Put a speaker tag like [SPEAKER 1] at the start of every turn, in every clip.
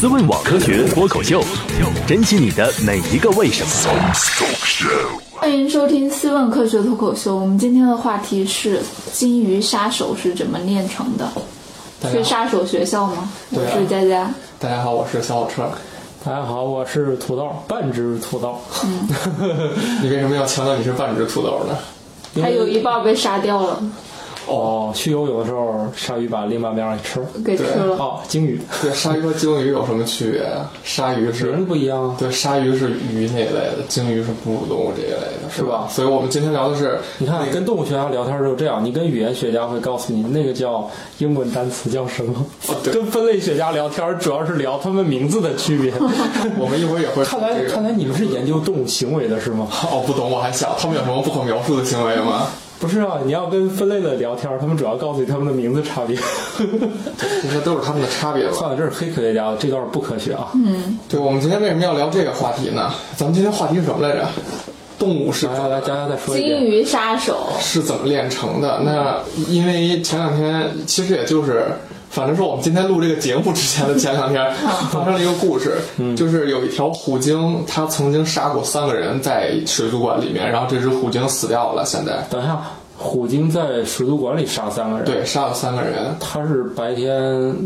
[SPEAKER 1] 思问网科学脱口秀，珍惜你的每一个为什么。
[SPEAKER 2] 欢迎收听《思问科学脱口秀》，我们今天的话题是“金鱼杀手”是怎么练成的？
[SPEAKER 3] 大
[SPEAKER 2] 是
[SPEAKER 3] 家好，
[SPEAKER 2] 杀手学校吗？
[SPEAKER 3] 对
[SPEAKER 2] 我
[SPEAKER 3] 啊
[SPEAKER 2] 是佳佳。
[SPEAKER 3] 大家好，我是小火车。
[SPEAKER 4] 大家好，我是土豆，半只土豆。
[SPEAKER 3] 你为什么要强调你是半只土豆呢？
[SPEAKER 4] 因
[SPEAKER 2] 还
[SPEAKER 4] 为
[SPEAKER 2] 有一半被杀掉了，
[SPEAKER 4] 哦，去游泳的时候，鲨鱼把另外一边给吃了。
[SPEAKER 2] 给吃了。
[SPEAKER 4] 哦，鲸鱼，
[SPEAKER 3] 对，鲨鱼和鲸鱼有什么区别啊？鲨鱼是
[SPEAKER 4] 人不一样啊。
[SPEAKER 3] 对，鲨鱼是鱼那一类的，鲸鱼是哺乳动物这一类的，是吧？
[SPEAKER 4] 是吧
[SPEAKER 3] 所以我们今天聊的是，
[SPEAKER 4] 你看，跟动物学家聊天就这样，你跟语言学家会告诉你那个叫英文单词叫什么
[SPEAKER 3] 哦，对
[SPEAKER 4] 跟分类学家聊天主要是聊他们名字的 区别。
[SPEAKER 3] 我们一会儿也会
[SPEAKER 4] 看来
[SPEAKER 3] 这，个
[SPEAKER 4] 看来你们是研究动物行为的是吗？
[SPEAKER 3] 哦，不懂，我还想他们有什么不可描述的行为 吗？
[SPEAKER 4] 不是啊，你要跟分类的聊天，他们主要告诉你他们的名字差 别。
[SPEAKER 3] 这些都是他们的差别吧。
[SPEAKER 4] 算了，这是黑科学家，这段不科学啊。
[SPEAKER 3] 嗯对，我们今天为什么要聊这个话题呢？咱们今天话题是什么来着？动物是
[SPEAKER 4] 来啊来来，佳佳再说一遍。
[SPEAKER 2] 金鱼杀手，
[SPEAKER 3] 是怎么练成的？那因为前两天其实也就是，反正说我们今天录这个节目之前的前两天
[SPEAKER 2] 嗯
[SPEAKER 3] 发生了一个故事，
[SPEAKER 4] 嗯
[SPEAKER 3] 就是有一条虎鲸，它曾经杀过三个人在水族馆里面，然后这只虎鲸死掉了，现在
[SPEAKER 4] 等一下，虎鲸在水族馆里杀三个人。，
[SPEAKER 3] 对杀了三个人，
[SPEAKER 4] 他是白天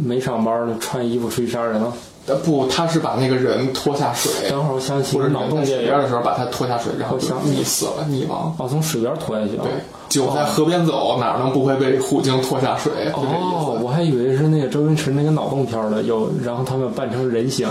[SPEAKER 4] 没上班呢，穿衣服出去杀人了。
[SPEAKER 3] 呃不，它是把那个人拖下水，
[SPEAKER 4] 等会儿我想起
[SPEAKER 3] 或者
[SPEAKER 4] 脑洞
[SPEAKER 3] 在水
[SPEAKER 4] 电影
[SPEAKER 3] 边，的时候把它拖下水，然后就
[SPEAKER 4] 我想
[SPEAKER 3] 溺死了，溺亡。
[SPEAKER 4] 哦，从水边拖下去啊
[SPEAKER 3] 对。，久在河边走，哪能不会被虎鲸拖下水？就这
[SPEAKER 4] 哦，
[SPEAKER 3] 意
[SPEAKER 4] 我还以为是那个周星驰那个脑洞片儿的有，然后他们扮成人形，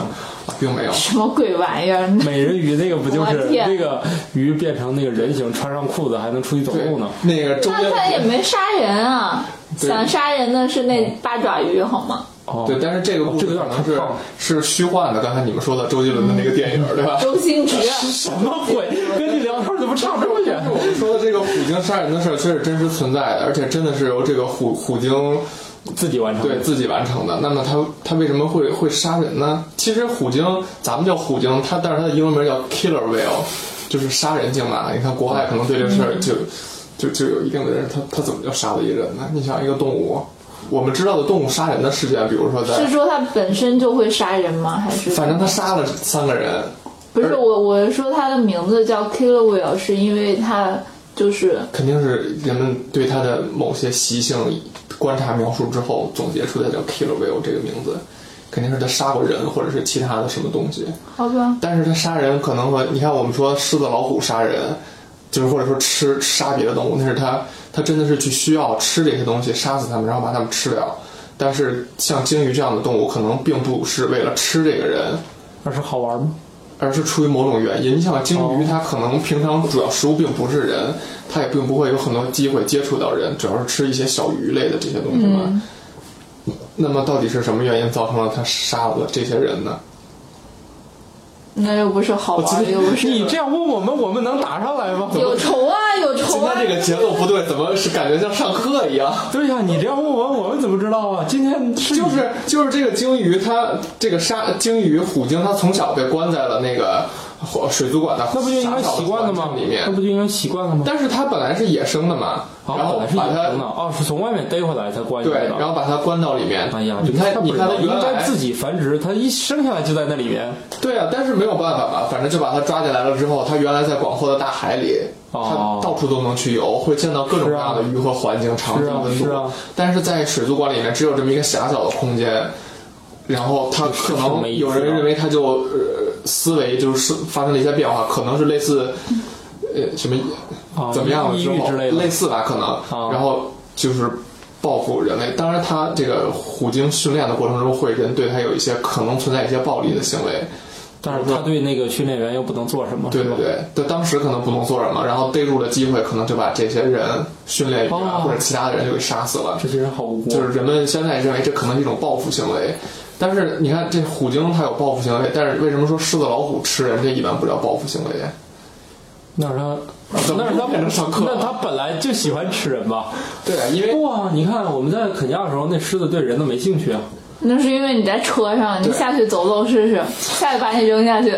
[SPEAKER 3] 思，并没有。
[SPEAKER 2] 什么鬼玩意儿？
[SPEAKER 4] 美人鱼那个不就
[SPEAKER 2] 我的
[SPEAKER 4] 是
[SPEAKER 2] 天
[SPEAKER 4] 那个鱼变成那个人形，穿上裤子还能出去走
[SPEAKER 3] 对
[SPEAKER 4] 路呢？，
[SPEAKER 3] 那个周
[SPEAKER 2] 那他
[SPEAKER 3] 边
[SPEAKER 2] 也没杀人啊，
[SPEAKER 3] 对
[SPEAKER 2] 想杀人的是那八爪鱼，好吗？
[SPEAKER 4] 哦，
[SPEAKER 3] 对，但是这个
[SPEAKER 4] 哦
[SPEAKER 3] 故事
[SPEAKER 4] 这个
[SPEAKER 3] 可
[SPEAKER 4] 有
[SPEAKER 3] 能
[SPEAKER 4] 点太
[SPEAKER 3] 是
[SPEAKER 4] 胖了
[SPEAKER 3] 是虚幻的。刚才你们说的周杰伦的那个电影，对吧？
[SPEAKER 2] 周星驰，啊
[SPEAKER 4] 什么鬼？跟你聊天怎么差这么远？
[SPEAKER 3] 我们说的这个虎鲸杀人的事儿，确实真实存在的，而且真的是由这个虎虎鲸
[SPEAKER 4] 自己
[SPEAKER 2] 嗯
[SPEAKER 4] 完成的。
[SPEAKER 3] 对自己完成的。那么它它为什么会会杀人呢？其实虎鲸，咱们叫虎鲸，它但是它的英文名叫 killer whale，就是杀人鲸嘛。你看国外可能对这事儿
[SPEAKER 2] 嗯
[SPEAKER 3] 就、就就有一定的人，他他怎么就杀了一人呢？你想一个动物，我们知道的动物杀人的事件，比如说在
[SPEAKER 2] 是，说他本身就会杀人吗？还是
[SPEAKER 3] 反正他杀了三个人，
[SPEAKER 2] 不是
[SPEAKER 3] 而
[SPEAKER 2] 我？我说他的名字叫 Killer Whale，是因为他就是
[SPEAKER 3] 肯定是人们对它的某些习性观察描述之后总结出来叫 killer whale 这个名字，肯定是它杀过人或者是其他的什么东西。
[SPEAKER 2] 好吧？
[SPEAKER 3] 但是它杀人可能和你看我们说狮子、老虎杀人，就是或者说吃杀别的动物，那是它它真的是去需要吃这些东西，杀死它们，然后把它们吃掉。但是像鲸鱼这样的动物，可能并不是为了吃这个人，
[SPEAKER 4] 那是好玩吗？
[SPEAKER 3] 而是出于某种原因。你想，鲸鱼它可能平常主要食物并不是人，它也并不会有很多机会接触到人，主要是吃一些小鱼类的这些东西嘛。那么到底是什么原因造成了它杀了这些人呢？
[SPEAKER 2] 那又不是好玩
[SPEAKER 3] 我
[SPEAKER 2] 儿，
[SPEAKER 3] 今天
[SPEAKER 2] 又不是
[SPEAKER 4] 你这样问我们，我们能答上来吗？
[SPEAKER 2] 有仇啊，有
[SPEAKER 3] 今
[SPEAKER 2] 仇啊！
[SPEAKER 3] 天这个节奏不对，怎么是感觉像上课一样？
[SPEAKER 4] 对呀、你这样问我，我们怎么知道啊？今天是你
[SPEAKER 3] 就是就是这个鲸鱼，它这个鲨鲸鱼虎鲸，它从小被关在了那个火水族馆的
[SPEAKER 4] 那不就应该习惯
[SPEAKER 3] 小小
[SPEAKER 4] 了吗
[SPEAKER 3] 的环境里？
[SPEAKER 4] 那
[SPEAKER 3] 面，
[SPEAKER 4] 不就应该习惯了吗？
[SPEAKER 3] 但是它本来是野生的嘛，
[SPEAKER 4] 啊，
[SPEAKER 3] 然后
[SPEAKER 4] 本来是
[SPEAKER 3] 把
[SPEAKER 4] 野
[SPEAKER 3] 它
[SPEAKER 4] 生的，哦，是从外面逮回来才关起
[SPEAKER 3] 对
[SPEAKER 4] 来的。，
[SPEAKER 3] 然后把它关到里面。
[SPEAKER 4] 哎呀，
[SPEAKER 3] 你
[SPEAKER 4] 这
[SPEAKER 3] 看，
[SPEAKER 4] 太
[SPEAKER 3] 你
[SPEAKER 4] 不
[SPEAKER 3] 看它
[SPEAKER 4] 人道
[SPEAKER 3] 原
[SPEAKER 4] 应该
[SPEAKER 3] 来
[SPEAKER 4] 自己繁殖，它一生下来就在那里面。
[SPEAKER 3] 对啊，但是没有办法嘛，反正就把它抓进来了之后，它原来在广阔的大海里，
[SPEAKER 4] 哦啊
[SPEAKER 3] 它到处都能去游，会见到各种各样的鱼和环境、场景、
[SPEAKER 4] 是啊
[SPEAKER 3] 温度。
[SPEAKER 4] 是啊
[SPEAKER 3] 但是在水族馆里面，只有这么一个狭小的空间，然后它可
[SPEAKER 4] 是
[SPEAKER 3] 能
[SPEAKER 4] 没意思
[SPEAKER 3] 有
[SPEAKER 4] 啊
[SPEAKER 3] 人认为它就呃思维就是发生了一些变化，可能是类似呃什么
[SPEAKER 4] 啊
[SPEAKER 3] 怎么样了
[SPEAKER 4] 抑
[SPEAKER 3] 之
[SPEAKER 4] 郁
[SPEAKER 3] 后
[SPEAKER 4] 之类的
[SPEAKER 3] 类似吧，可能，
[SPEAKER 4] 啊
[SPEAKER 3] 然后就是报复人类。当然，它这个虎鲸训练的过程中，会人对它有一些可能存在一些暴力的行为。
[SPEAKER 4] 但是它对那个训练员又不能做什么，
[SPEAKER 3] 对
[SPEAKER 4] 是
[SPEAKER 3] 对
[SPEAKER 4] 吧？
[SPEAKER 3] 对，在当时可能不能做什么，然后逮住了机会，可能就把这些人训练员啊
[SPEAKER 4] 哦
[SPEAKER 3] 或者其他的人就给杀死了。
[SPEAKER 4] 这些人好无辜。
[SPEAKER 3] 就是人们现在认为这可能是一种报复行为，但是你看这虎鲸它有报复行为，但是为什么说狮子、老虎吃人这一般不叫报复行为？啊
[SPEAKER 4] 那是它，
[SPEAKER 3] 怎么
[SPEAKER 4] 那是它
[SPEAKER 3] 变成上课了
[SPEAKER 4] 那它本来就喜欢吃人吧？
[SPEAKER 3] 对，因为
[SPEAKER 4] 不啊，你看我们在肯尼亚的时候，那狮子对人都没兴趣啊。
[SPEAKER 2] 那是因为你在车上，你
[SPEAKER 3] 对
[SPEAKER 2] 下去走走试试，下去把你扔下去。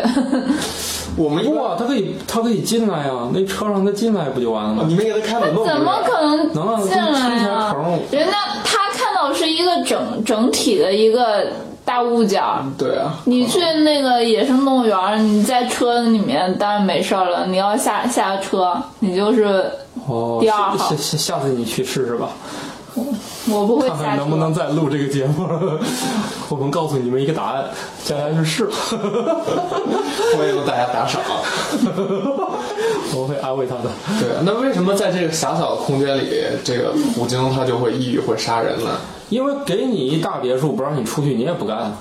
[SPEAKER 3] 我们
[SPEAKER 4] 不啊，它可以，它可以进来啊。那车上它进来不就完了吗？
[SPEAKER 3] 你们给它开门吗？
[SPEAKER 2] 怎么可
[SPEAKER 4] 能啊
[SPEAKER 2] 能进
[SPEAKER 4] 这
[SPEAKER 2] 来
[SPEAKER 4] 吃起来
[SPEAKER 2] 啊
[SPEAKER 4] 疼？
[SPEAKER 2] 人家他看到是一个整整体的一个大物件儿。
[SPEAKER 3] 对啊，
[SPEAKER 2] 你去那个野生动物园儿，你在车里面当然没事儿了。你要下下车，你就是
[SPEAKER 4] 哦，
[SPEAKER 2] 第二
[SPEAKER 4] 下
[SPEAKER 2] 号
[SPEAKER 4] 下下次你去试试吧，
[SPEAKER 2] 我不会
[SPEAKER 4] 看
[SPEAKER 2] 下
[SPEAKER 4] 看
[SPEAKER 2] 车。
[SPEAKER 4] 能不能再录这个节目。 我们告诉你们一个答案，佳佳是是，
[SPEAKER 3] 欢迎大家打赏。
[SPEAKER 4] 我会安慰他的。
[SPEAKER 3] 对啊，那为什么在这个狭小的空间里，这个虎鲸它就会抑郁、会杀人呢？
[SPEAKER 4] 因为给你一大别墅不让你出去，你也不干。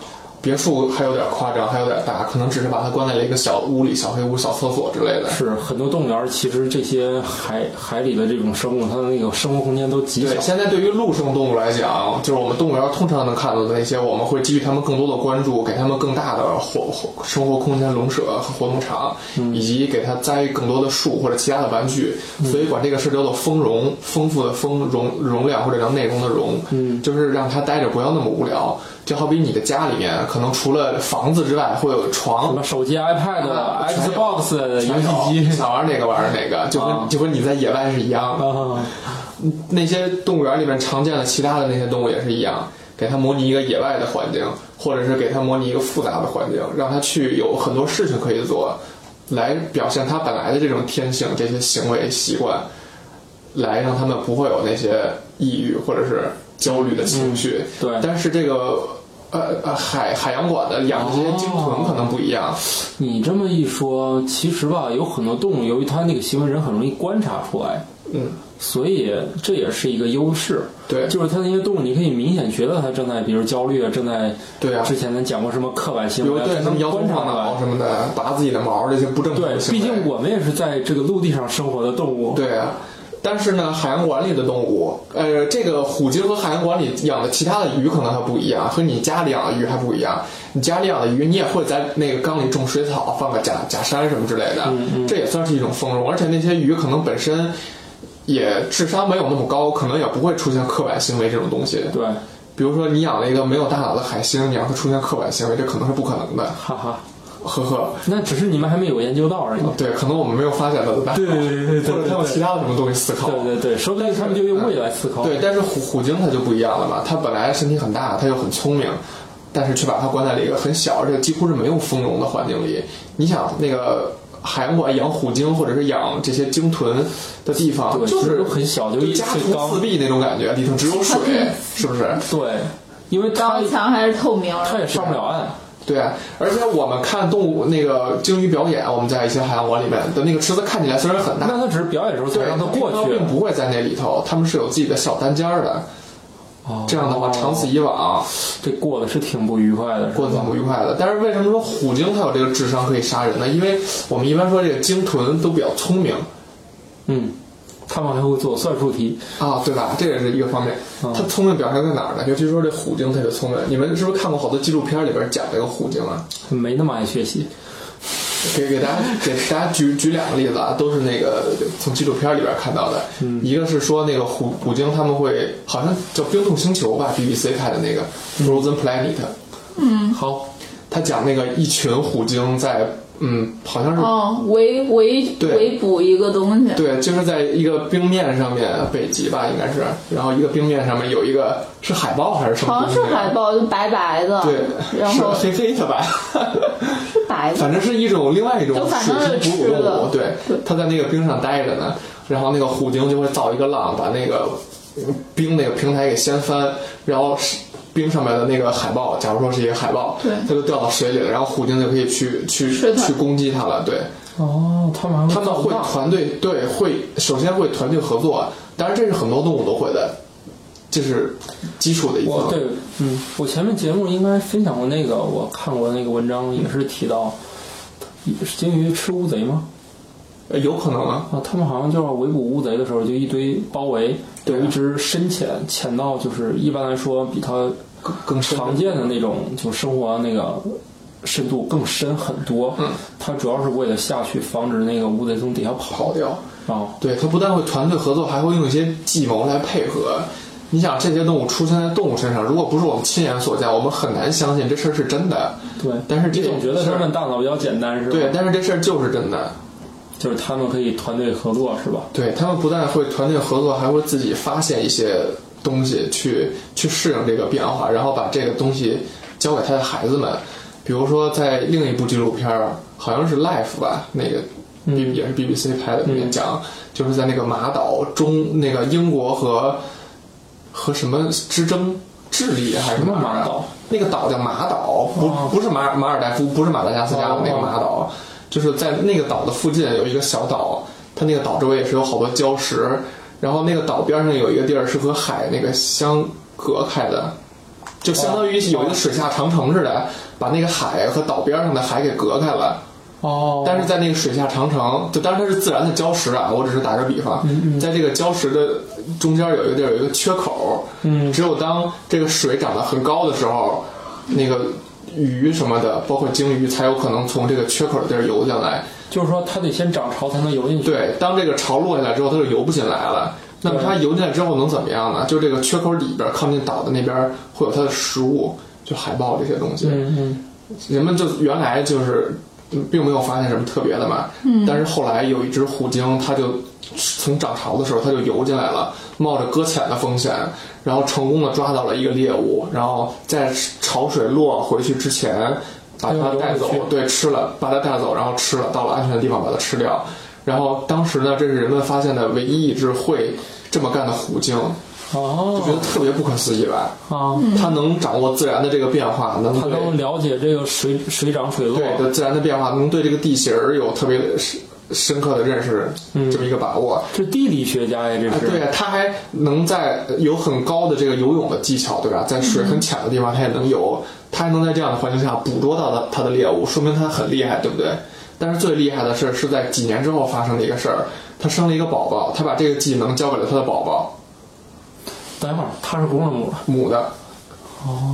[SPEAKER 3] 别墅还有点夸张，还有点大，可能只是把它关在了一个小屋里、小黑屋、小厕所之类的。
[SPEAKER 4] 是很多动物园儿，其实这些海海里的这种生物，它的那个生活空间都极
[SPEAKER 3] 对，
[SPEAKER 4] 小。
[SPEAKER 3] 现在对于陆生动物来讲，就是我们动物园通常能看到的那些，我们会给予它们更多的关注，给它们更大的活活生活空间、笼舍和活动场，
[SPEAKER 4] 嗯
[SPEAKER 3] 以及给它栽更多的树或者其他的玩具。所以管这个事叫做丰容，丰富的丰容容量或者叫内容的容，嗯，就是让它待着不要那么无聊。就好比你的家里面，可能除了房子之外，会有
[SPEAKER 4] 什
[SPEAKER 3] 床
[SPEAKER 4] 么。手机、iPad、
[SPEAKER 3] 啊全有
[SPEAKER 4] Xbox、游戏机
[SPEAKER 3] 想玩哪个玩哪个，就跟、
[SPEAKER 4] 啊
[SPEAKER 3] 就跟你在野外是一样的。
[SPEAKER 4] 啊，
[SPEAKER 3] 那些动物园里面常见的其他的那些动物也是一样，给它模拟一个野外的环境，或者是给它模拟一个复杂的环境，让它去有很多事情可以做，来表现它本来的这种天性、这些行为习惯，来让他们不会有那些抑郁或者是焦虑的情绪。
[SPEAKER 4] 嗯对
[SPEAKER 3] 但是这个。呃呃，海海洋馆的养的这些鲸
[SPEAKER 4] 哦
[SPEAKER 3] 豚可能不一样，
[SPEAKER 4] 你这么一说，其实吧，有很多动物由于它那个行为，人很容易观察出来，
[SPEAKER 3] 嗯，
[SPEAKER 4] 所以这也是一个优势。
[SPEAKER 3] 对
[SPEAKER 4] 就是它那些动物，你可以明显觉得它正在，比如焦虑啊，正在
[SPEAKER 3] 对啊
[SPEAKER 4] 之前咱讲过什么刻板
[SPEAKER 3] 比
[SPEAKER 4] 行
[SPEAKER 3] 如
[SPEAKER 4] 为啊，
[SPEAKER 3] 对
[SPEAKER 4] 这
[SPEAKER 3] 他们摇头
[SPEAKER 4] 观察
[SPEAKER 3] 晃
[SPEAKER 4] 出来
[SPEAKER 3] 脑。什么的，拔自己的毛这些不正常
[SPEAKER 4] 对
[SPEAKER 3] 的，行为。
[SPEAKER 4] 毕竟我们也是在这个陆地上生活的动物。
[SPEAKER 3] 对啊，但是呢，海洋馆里的动物，呃，这个虎鲸和海洋馆里养的其他的鱼可能还不一样，和你家里养的鱼还不一样。你家里养的鱼，你也会在那个缸里种水草，放个假假山什么之类的，
[SPEAKER 4] 嗯
[SPEAKER 3] 这也算是一种丰容。而且那些鱼可能本身也智商没有那么高，可能也不会出现刻板行为这种东西。
[SPEAKER 4] 对，
[SPEAKER 3] 比如说，你养了一个没有大脑的海星，你让它出现刻板行为，这可能是不可能的。
[SPEAKER 4] 哈哈，
[SPEAKER 3] 呵呵，
[SPEAKER 4] 那只是你们还没有研究到而已。
[SPEAKER 3] 对，可能我们没有发现它的大脑，
[SPEAKER 4] 对对对对对
[SPEAKER 3] 或者它有
[SPEAKER 4] 对
[SPEAKER 3] 其他的什么东西思考。
[SPEAKER 4] 对对对，说不定他们就用胃来思考。
[SPEAKER 3] 对，但是虎虎鲸它就不一样了嘛，它本来身体很大，它又很聪明，但是却把它关在了一个很小而且几乎是没有丰容的环境里。你想那个海洋馆养虎鲸或者是养这些鲸豚的地方，
[SPEAKER 4] 对
[SPEAKER 3] 就
[SPEAKER 4] 就是是很小就一
[SPEAKER 3] 家
[SPEAKER 4] 最
[SPEAKER 3] 徒
[SPEAKER 4] 高
[SPEAKER 3] 四壁那种感觉，里头只有水，是不是？
[SPEAKER 4] 对，因为它
[SPEAKER 2] 高墙还是透明
[SPEAKER 4] 它
[SPEAKER 2] 的？
[SPEAKER 4] 也上不了岸。
[SPEAKER 3] 对啊，而且我们看动物那个鲸鱼表演，我们在一些海洋馆里面的那个池子看起来虽然很大，
[SPEAKER 4] 那它只是表演时候才
[SPEAKER 3] 对，
[SPEAKER 4] 让它过去
[SPEAKER 3] 并，不会在那里头，他们是有自己的小单间儿的。
[SPEAKER 4] 哦
[SPEAKER 3] 这样的话，长此以往，
[SPEAKER 4] 这过得是挺不愉快的，
[SPEAKER 3] 过得挺不愉快的。但是为什么说虎鲸它有这个智商可以杀人呢？因为我们一般说这个鲸豚都比较聪明
[SPEAKER 4] 嗯，他们还会做算术题，
[SPEAKER 3] 啊，对吧？这也是一个方面。
[SPEAKER 4] 嗯
[SPEAKER 3] 它聪明表现在哪儿呢？尤其说这虎鲸特别聪明。你们是不是看过好多纪录片里边讲这个虎鲸啊？
[SPEAKER 4] 没那么爱学习。
[SPEAKER 3] 给给大家给大家举举两个例子啊，都是那个从纪录片里边看到的。一个是说那个虎虎鲸他们会好像叫《冰冻星球》吧，BBC 拍的那个《Frozen Planet》。
[SPEAKER 4] 好，
[SPEAKER 3] 他讲那个一群虎鲸在嗯，好像是
[SPEAKER 2] 哦，围围
[SPEAKER 3] 对
[SPEAKER 2] 围捕一个东西。
[SPEAKER 3] 对，就是在一个冰面上面，北极吧，应该是，然后一个冰面上面有一个是海豹还是什么？
[SPEAKER 2] 好像是海。豹，就白白的，
[SPEAKER 3] 对，
[SPEAKER 2] 然后
[SPEAKER 3] 是黑黑的吧，
[SPEAKER 2] 是白的
[SPEAKER 3] 反，正是一种另外一种
[SPEAKER 2] 就反
[SPEAKER 3] 水
[SPEAKER 2] 正是
[SPEAKER 3] 生哺乳
[SPEAKER 2] 吃
[SPEAKER 3] 动物。
[SPEAKER 2] 的
[SPEAKER 3] 对
[SPEAKER 2] 对，
[SPEAKER 3] 它在那个冰上待着呢，然后那个虎鲸就会造一个浪，把那个冰那个平台给掀翻，然后是冰上面的那个海豹，假如说是一个海豹，
[SPEAKER 2] 对
[SPEAKER 3] 它就掉到水里了，然后虎鲸就可以去去
[SPEAKER 2] 吃它
[SPEAKER 3] 去攻击它了。对，
[SPEAKER 4] 哦，他们还
[SPEAKER 3] 他们会
[SPEAKER 4] 造
[SPEAKER 3] 团队对会首先会团队合作，啊当然这是很多动物都会的，这是基础的一
[SPEAKER 4] 我
[SPEAKER 3] 个。
[SPEAKER 4] 对，嗯，我前面节目应该分享过那个，我看过那个文章，也是提到，鲸鱼吃乌贼吗？
[SPEAKER 3] 呃有可能啊，
[SPEAKER 4] 啊，他们好像就是围捕乌贼的时候，就一堆包围，
[SPEAKER 3] 对啊
[SPEAKER 4] 有一只深潜，潜到就是一般来说比它
[SPEAKER 3] 更更深
[SPEAKER 4] 常见的那种就生活那个深度更深很多。
[SPEAKER 3] 嗯，
[SPEAKER 4] 它主要是为了下去防止那个乌贼从底下跑
[SPEAKER 3] 跑掉。
[SPEAKER 4] 啊。
[SPEAKER 3] 对，它不但会团队合作，还会用一些计谋来配合。你想，这些动物出现在动物身上，如果不是我们亲眼所见，我们很难相信这事儿是真的。
[SPEAKER 4] 对，
[SPEAKER 3] 但是这
[SPEAKER 4] 你总觉得
[SPEAKER 3] 事
[SPEAKER 4] 他
[SPEAKER 3] 儿
[SPEAKER 4] 们大脑比较简单是吧？
[SPEAKER 3] 对，，但是这事儿就是真的。
[SPEAKER 4] 就是他们可以团队合作是吧？
[SPEAKER 3] 对他们不但会团队合作，还会自己发现一些东西去去适应这个变化，然后把这个东西教给他的孩子们。比如说，在另一部纪录片儿，好像是《Life》吧，那个
[SPEAKER 4] 嗯
[SPEAKER 3] B、也是 BBC 拍的，里面讲、就是在那个马岛中，那个英国和和什么之争，智利还是
[SPEAKER 4] 什么
[SPEAKER 3] 哪儿啊
[SPEAKER 4] 马岛？
[SPEAKER 3] 那个岛叫马岛，不、
[SPEAKER 4] 哦
[SPEAKER 3] 不是马马尔代夫，不是马达加斯加的那个
[SPEAKER 4] 哦
[SPEAKER 3] 马岛，就是在那个岛的附近有一个小岛，它那个岛周围也是有好多礁石，然后那个岛边上有一个地儿是和海那个相隔开的，就相当于有一个水下长城似的，把那个海和岛边上的海给隔开了。
[SPEAKER 4] 哦，
[SPEAKER 3] 但是在那个水下长城，就当然它是自然的礁石啊，我只是打个比方，
[SPEAKER 4] 嗯
[SPEAKER 3] 在这个礁石的中间有一个地儿有一个缺口，
[SPEAKER 4] 嗯
[SPEAKER 3] 只有当这个水涨得很高的时候，那个鱼什么的，包括鲸鱼，才有可能从这个缺口的地儿游进来。
[SPEAKER 4] 就是说它得先涨潮才能游进去。，
[SPEAKER 3] 对，当这个潮落下来之后，它就游不进来了。那么它游进来之后能怎么样呢？就这个缺口里边靠近岛的那边会有它的食物，就海豹这些东西。
[SPEAKER 4] 嗯嗯，
[SPEAKER 3] 人们就原来就是嗯并没有发现什么特别的嘛，嗯，但是后来有一只虎鲸，它就从涨潮的时候它就游进来了，冒着搁浅的风险，然后成功的抓到了一个猎物，然后在潮水落回去之前把它带走
[SPEAKER 4] 哎呦游回去，
[SPEAKER 3] 对，吃了，把它带走，然后吃了，到了安全的地方把它吃掉。然后当时呢，这是人们发现的唯一一只会这么干的虎鲸，我觉得
[SPEAKER 4] 哦
[SPEAKER 3] 特别不可思议吧？
[SPEAKER 4] 啊，
[SPEAKER 3] 它能掌握自然的这个变化，能
[SPEAKER 4] 它
[SPEAKER 3] 对
[SPEAKER 4] 能了解这个水水涨水落。
[SPEAKER 3] 对的自然的变化，能对这个地形儿有特别深深刻的认识，
[SPEAKER 4] 嗯
[SPEAKER 3] 这么一个把握。
[SPEAKER 4] 这地理学家呀，这
[SPEAKER 3] 啊
[SPEAKER 4] 是。
[SPEAKER 3] 对，他还能在有很高的这个游泳的技巧，对吧？在
[SPEAKER 4] 嗯
[SPEAKER 3] 水很浅的地方，他也能游，他还能在这样的环境下捕捉到的他的猎物，说明他很厉害，对不对？但是最厉害的事是在几年之后发生的一个事儿，他生了一个宝宝，他把这个技能交给了他的宝宝
[SPEAKER 4] 等一会儿它是公的母的，
[SPEAKER 3] 母的，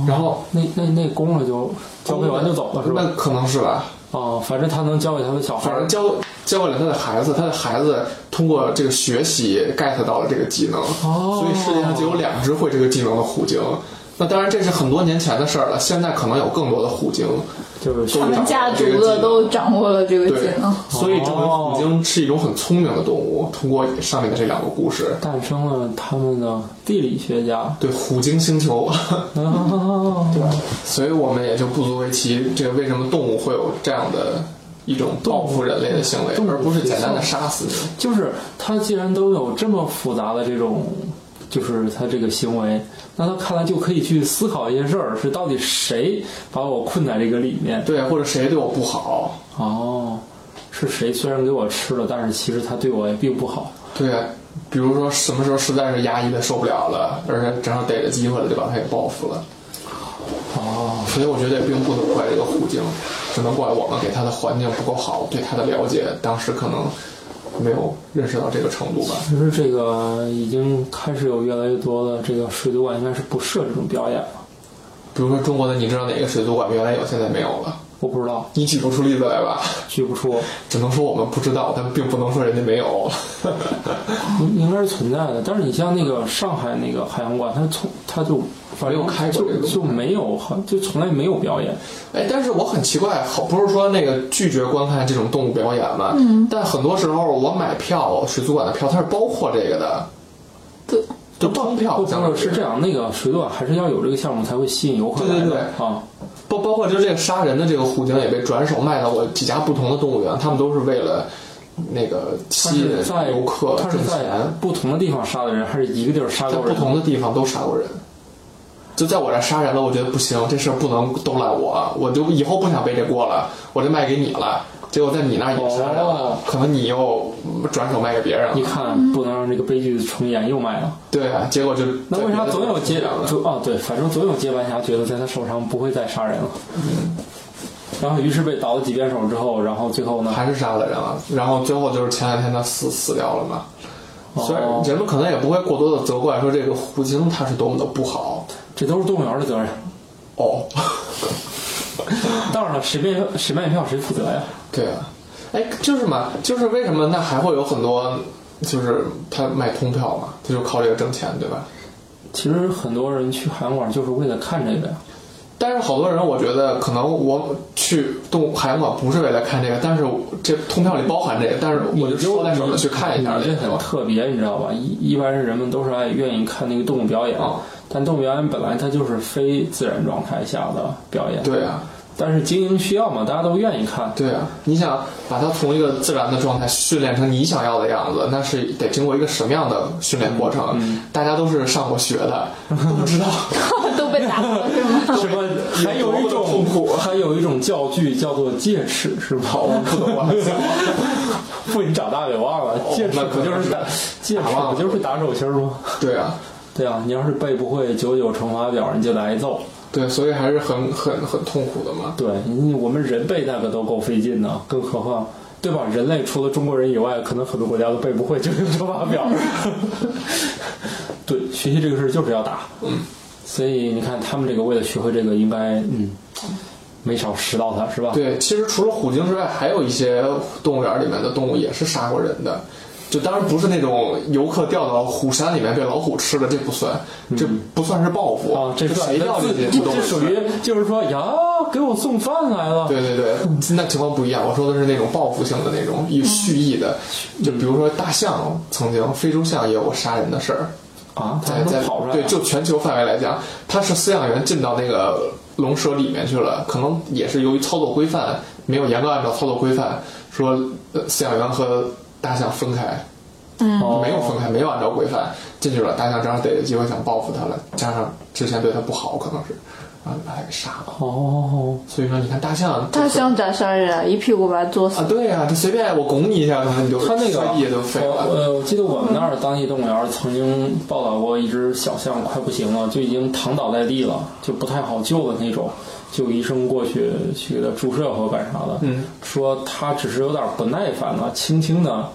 [SPEAKER 3] 然后
[SPEAKER 4] 那那那公的就哦交配完就走了是吧？
[SPEAKER 3] 那可能是吧，
[SPEAKER 4] 哦，反正它能交给他的小孩
[SPEAKER 3] 反
[SPEAKER 4] 儿
[SPEAKER 3] 正。教教给了他的孩子，他的孩子通过这个学习 get 到了这个技能，
[SPEAKER 4] 哦
[SPEAKER 3] 所以世界上就有两只会这个技能的虎鲸。那当然，这是很多年前的事儿了，现在可能有更多的虎鲸，
[SPEAKER 4] 就是
[SPEAKER 3] 都
[SPEAKER 2] 他
[SPEAKER 3] 掌握
[SPEAKER 2] 们家
[SPEAKER 3] 了这
[SPEAKER 2] 族
[SPEAKER 3] 个技
[SPEAKER 2] 的
[SPEAKER 3] 能。
[SPEAKER 2] 都掌握了这个哦技
[SPEAKER 3] 对
[SPEAKER 2] 能。，
[SPEAKER 3] 所以证明虎鲸是一种很聪明的动物。通过上面的这两个故事，
[SPEAKER 4] 诞生了他们的地理学家。啊
[SPEAKER 3] 对虎鲸星球，
[SPEAKER 4] 哦，
[SPEAKER 3] 对吧？所以我们也就不足为奇。这个为什么动物会有这样的一种报复人类的行为
[SPEAKER 4] 动，物
[SPEAKER 3] 而不是
[SPEAKER 4] 学
[SPEAKER 3] 简单的
[SPEAKER 4] 上
[SPEAKER 3] 杀死你？
[SPEAKER 4] 就是他既然都有这么复杂的这种，就是他这个行为，那他看来就可以去思考一些事儿，是到底谁把我困在这个里面？
[SPEAKER 3] 对，或者谁对我不好，
[SPEAKER 4] 哦，是谁虽然给我吃了，但是其实他对我也并不好。
[SPEAKER 3] 对，啊比如说什么时候实在是压抑的受不了了，而且正好逮着机会了，就把他给报复了。
[SPEAKER 4] 哦，
[SPEAKER 3] 所以我觉得也并不能怪这个虎鲸，只能怪我们给他的环境不够好，对他的了解当时可能没有认识到这个程度吧。
[SPEAKER 4] 其实这个已经开始有越来越多的这个水族馆应该是不设这种表演了，
[SPEAKER 3] 比如说中国的，你知道哪个水族馆原来有，现在没有了？
[SPEAKER 4] 我不知道，
[SPEAKER 3] 你举不出例子来吧？
[SPEAKER 4] 举不出，
[SPEAKER 3] 只能说我们不知道，但并不能说人家没有。
[SPEAKER 4] 应应该是存在的。但是你像那个上海那个海洋馆，它从它就反
[SPEAKER 3] 没
[SPEAKER 4] 正
[SPEAKER 3] 有开过
[SPEAKER 4] 就
[SPEAKER 3] 这个东西
[SPEAKER 4] 就没有，好像就从来没有表演。
[SPEAKER 3] 哎，但是我很奇怪，好不是说那个拒绝观看这种动物表演嘛？嗯。但很多时候我买票，水族馆的票它是包括这个的，
[SPEAKER 2] 对，
[SPEAKER 3] 就通票
[SPEAKER 4] 不
[SPEAKER 3] 相当
[SPEAKER 4] 不
[SPEAKER 3] 于
[SPEAKER 4] 是是这，样，那个水族馆还是要有这个项目才会吸引游客来
[SPEAKER 3] 对
[SPEAKER 4] 的
[SPEAKER 3] 对对
[SPEAKER 4] 啊。
[SPEAKER 3] 包包括就这个杀人的这个虎鲸也被转手卖到我几家不同的动物园，他们都是为了那个
[SPEAKER 4] 它
[SPEAKER 3] 吸引
[SPEAKER 4] 是在
[SPEAKER 3] 游客
[SPEAKER 4] 它是
[SPEAKER 3] 挣
[SPEAKER 4] 在
[SPEAKER 3] 钱，
[SPEAKER 4] 不同的地方杀的人，还是一个地儿杀
[SPEAKER 3] 在
[SPEAKER 4] 过
[SPEAKER 3] 不
[SPEAKER 4] 人？
[SPEAKER 3] 同的地方都杀过人。就在我这杀人了，我觉得不行，这事儿不能都赖我，啊我就以后不想背这锅了，我就卖给你了。结果在你那儿也杀人了，
[SPEAKER 4] 哦
[SPEAKER 3] 可能你又转手卖给别人了。
[SPEAKER 4] 一看不能让这个悲剧重演，又卖了。
[SPEAKER 3] 对啊，结果就
[SPEAKER 4] 那为啥总有接
[SPEAKER 3] 接了？
[SPEAKER 4] 总哦对，反正总有接班侠觉得在他手上不会再杀人了，
[SPEAKER 3] 嗯
[SPEAKER 4] 然后于是被倒了几遍手之后，然后最后呢，
[SPEAKER 3] 还是杀了人了，然后最后就是前两天他死死掉了嘛。
[SPEAKER 4] 哦
[SPEAKER 3] 虽然人们可能也不会过多的责怪说这个狐精它是多么的不好
[SPEAKER 4] 这都是动物园的责任。
[SPEAKER 3] 哦，
[SPEAKER 4] 当然了，谁卖谁卖票谁负责呀？
[SPEAKER 3] 对啊，哎，就是嘛，就是为什么那还会有很多就是他卖通票嘛，他就靠这个挣钱，对吧？
[SPEAKER 4] 其实很多人去海洋馆就是为了看这个呀。
[SPEAKER 3] 但是好多人，我觉得可能我去动物海洋馆不是为了看这个，但是这通票里包含这个，但是我就说在手里去看一下
[SPEAKER 4] 你
[SPEAKER 3] 这
[SPEAKER 4] 这
[SPEAKER 3] 个
[SPEAKER 4] 很特别，你知道吧？一一般是人们都是爱愿意看那个动物表演
[SPEAKER 3] 啊，
[SPEAKER 4] 但动物表演本来它就是非自然状态下的表演，
[SPEAKER 3] 对啊，
[SPEAKER 4] 但是精英需要嘛，大家都愿意看，
[SPEAKER 3] 对啊，你想把它从一个自然的状态训练成你想要的样子，那是得经过一个什么样的训练过程？大家都是上过学的，都不知道。
[SPEAKER 2] 都被打过是吗？
[SPEAKER 4] 什么？啊还有一种
[SPEAKER 3] 痛苦
[SPEAKER 4] 还有一种教具叫做戒尺，是吧？
[SPEAKER 3] 我不懂啊，
[SPEAKER 4] 不，你长大给忘了。戒尺
[SPEAKER 3] 那
[SPEAKER 4] 不
[SPEAKER 3] 可能
[SPEAKER 4] 就是
[SPEAKER 3] 是
[SPEAKER 4] 打戒尺
[SPEAKER 3] 打忘了
[SPEAKER 4] 不就是打手心儿吗？
[SPEAKER 3] 对啊，
[SPEAKER 4] 对啊，你要是背不会九九乘法表，你就挨揍。
[SPEAKER 3] 对，所以还是很很很痛苦的嘛。
[SPEAKER 4] 对你，我们人背那个都够费劲的，更何况。对吧？人类除了中国人以外，可能很多国家都背不会九九乘法表。对，学习这个事儿就是要打。嗯，所以你看，他们这个为了学会这个，应该嗯，没少拾到他，是吧？
[SPEAKER 3] 对，其实除了虎鲸之外，还有一些动物园里面的动物也是杀过人的。就当然不是那种游客掉到虎山里面被老虎吃了，这不算，这不算是报复
[SPEAKER 4] 嗯啊，这
[SPEAKER 3] 谁掉进去
[SPEAKER 4] 这
[SPEAKER 3] 都是
[SPEAKER 4] 这属于就是说呀，给我送饭来了。
[SPEAKER 3] 对对对，那情况不一样。我说的是那种报复性的那种，有蓄意的，
[SPEAKER 4] 嗯
[SPEAKER 3] 就比如说大象，曾经非洲象也有过杀人的事儿，
[SPEAKER 4] 啊，他还
[SPEAKER 3] 在在
[SPEAKER 4] 能跑出来啊？
[SPEAKER 3] 对，就全球范围来讲，它是饲养员进到那个笼舍里面去了，可能也是由于操作规范没有严格按照操作规范，说呃饲养员和大象分开，
[SPEAKER 4] 哦
[SPEAKER 3] 没有分开，没有按照规范进去了，大象正好逮着机会想报复它了，加上之前对它不好，可能是啊把它给杀了。
[SPEAKER 4] 哦，
[SPEAKER 3] 所以说，你看大象，
[SPEAKER 2] 他想咋杀人？一屁股把他坐死
[SPEAKER 3] 啊，。对呀、啊，他随便我拱你一下，可能你就
[SPEAKER 4] 他那个
[SPEAKER 3] 摔地就废
[SPEAKER 4] 我
[SPEAKER 3] 了。
[SPEAKER 4] 呃，我记得我们那儿当地动物园儿曾经报道过一只小象快不行了，就已经躺倒在地了，就不太好救的那种，就医生过去去给它注射或干啥的，
[SPEAKER 3] 嗯，
[SPEAKER 4] 说它只是有点不耐烦了，轻轻的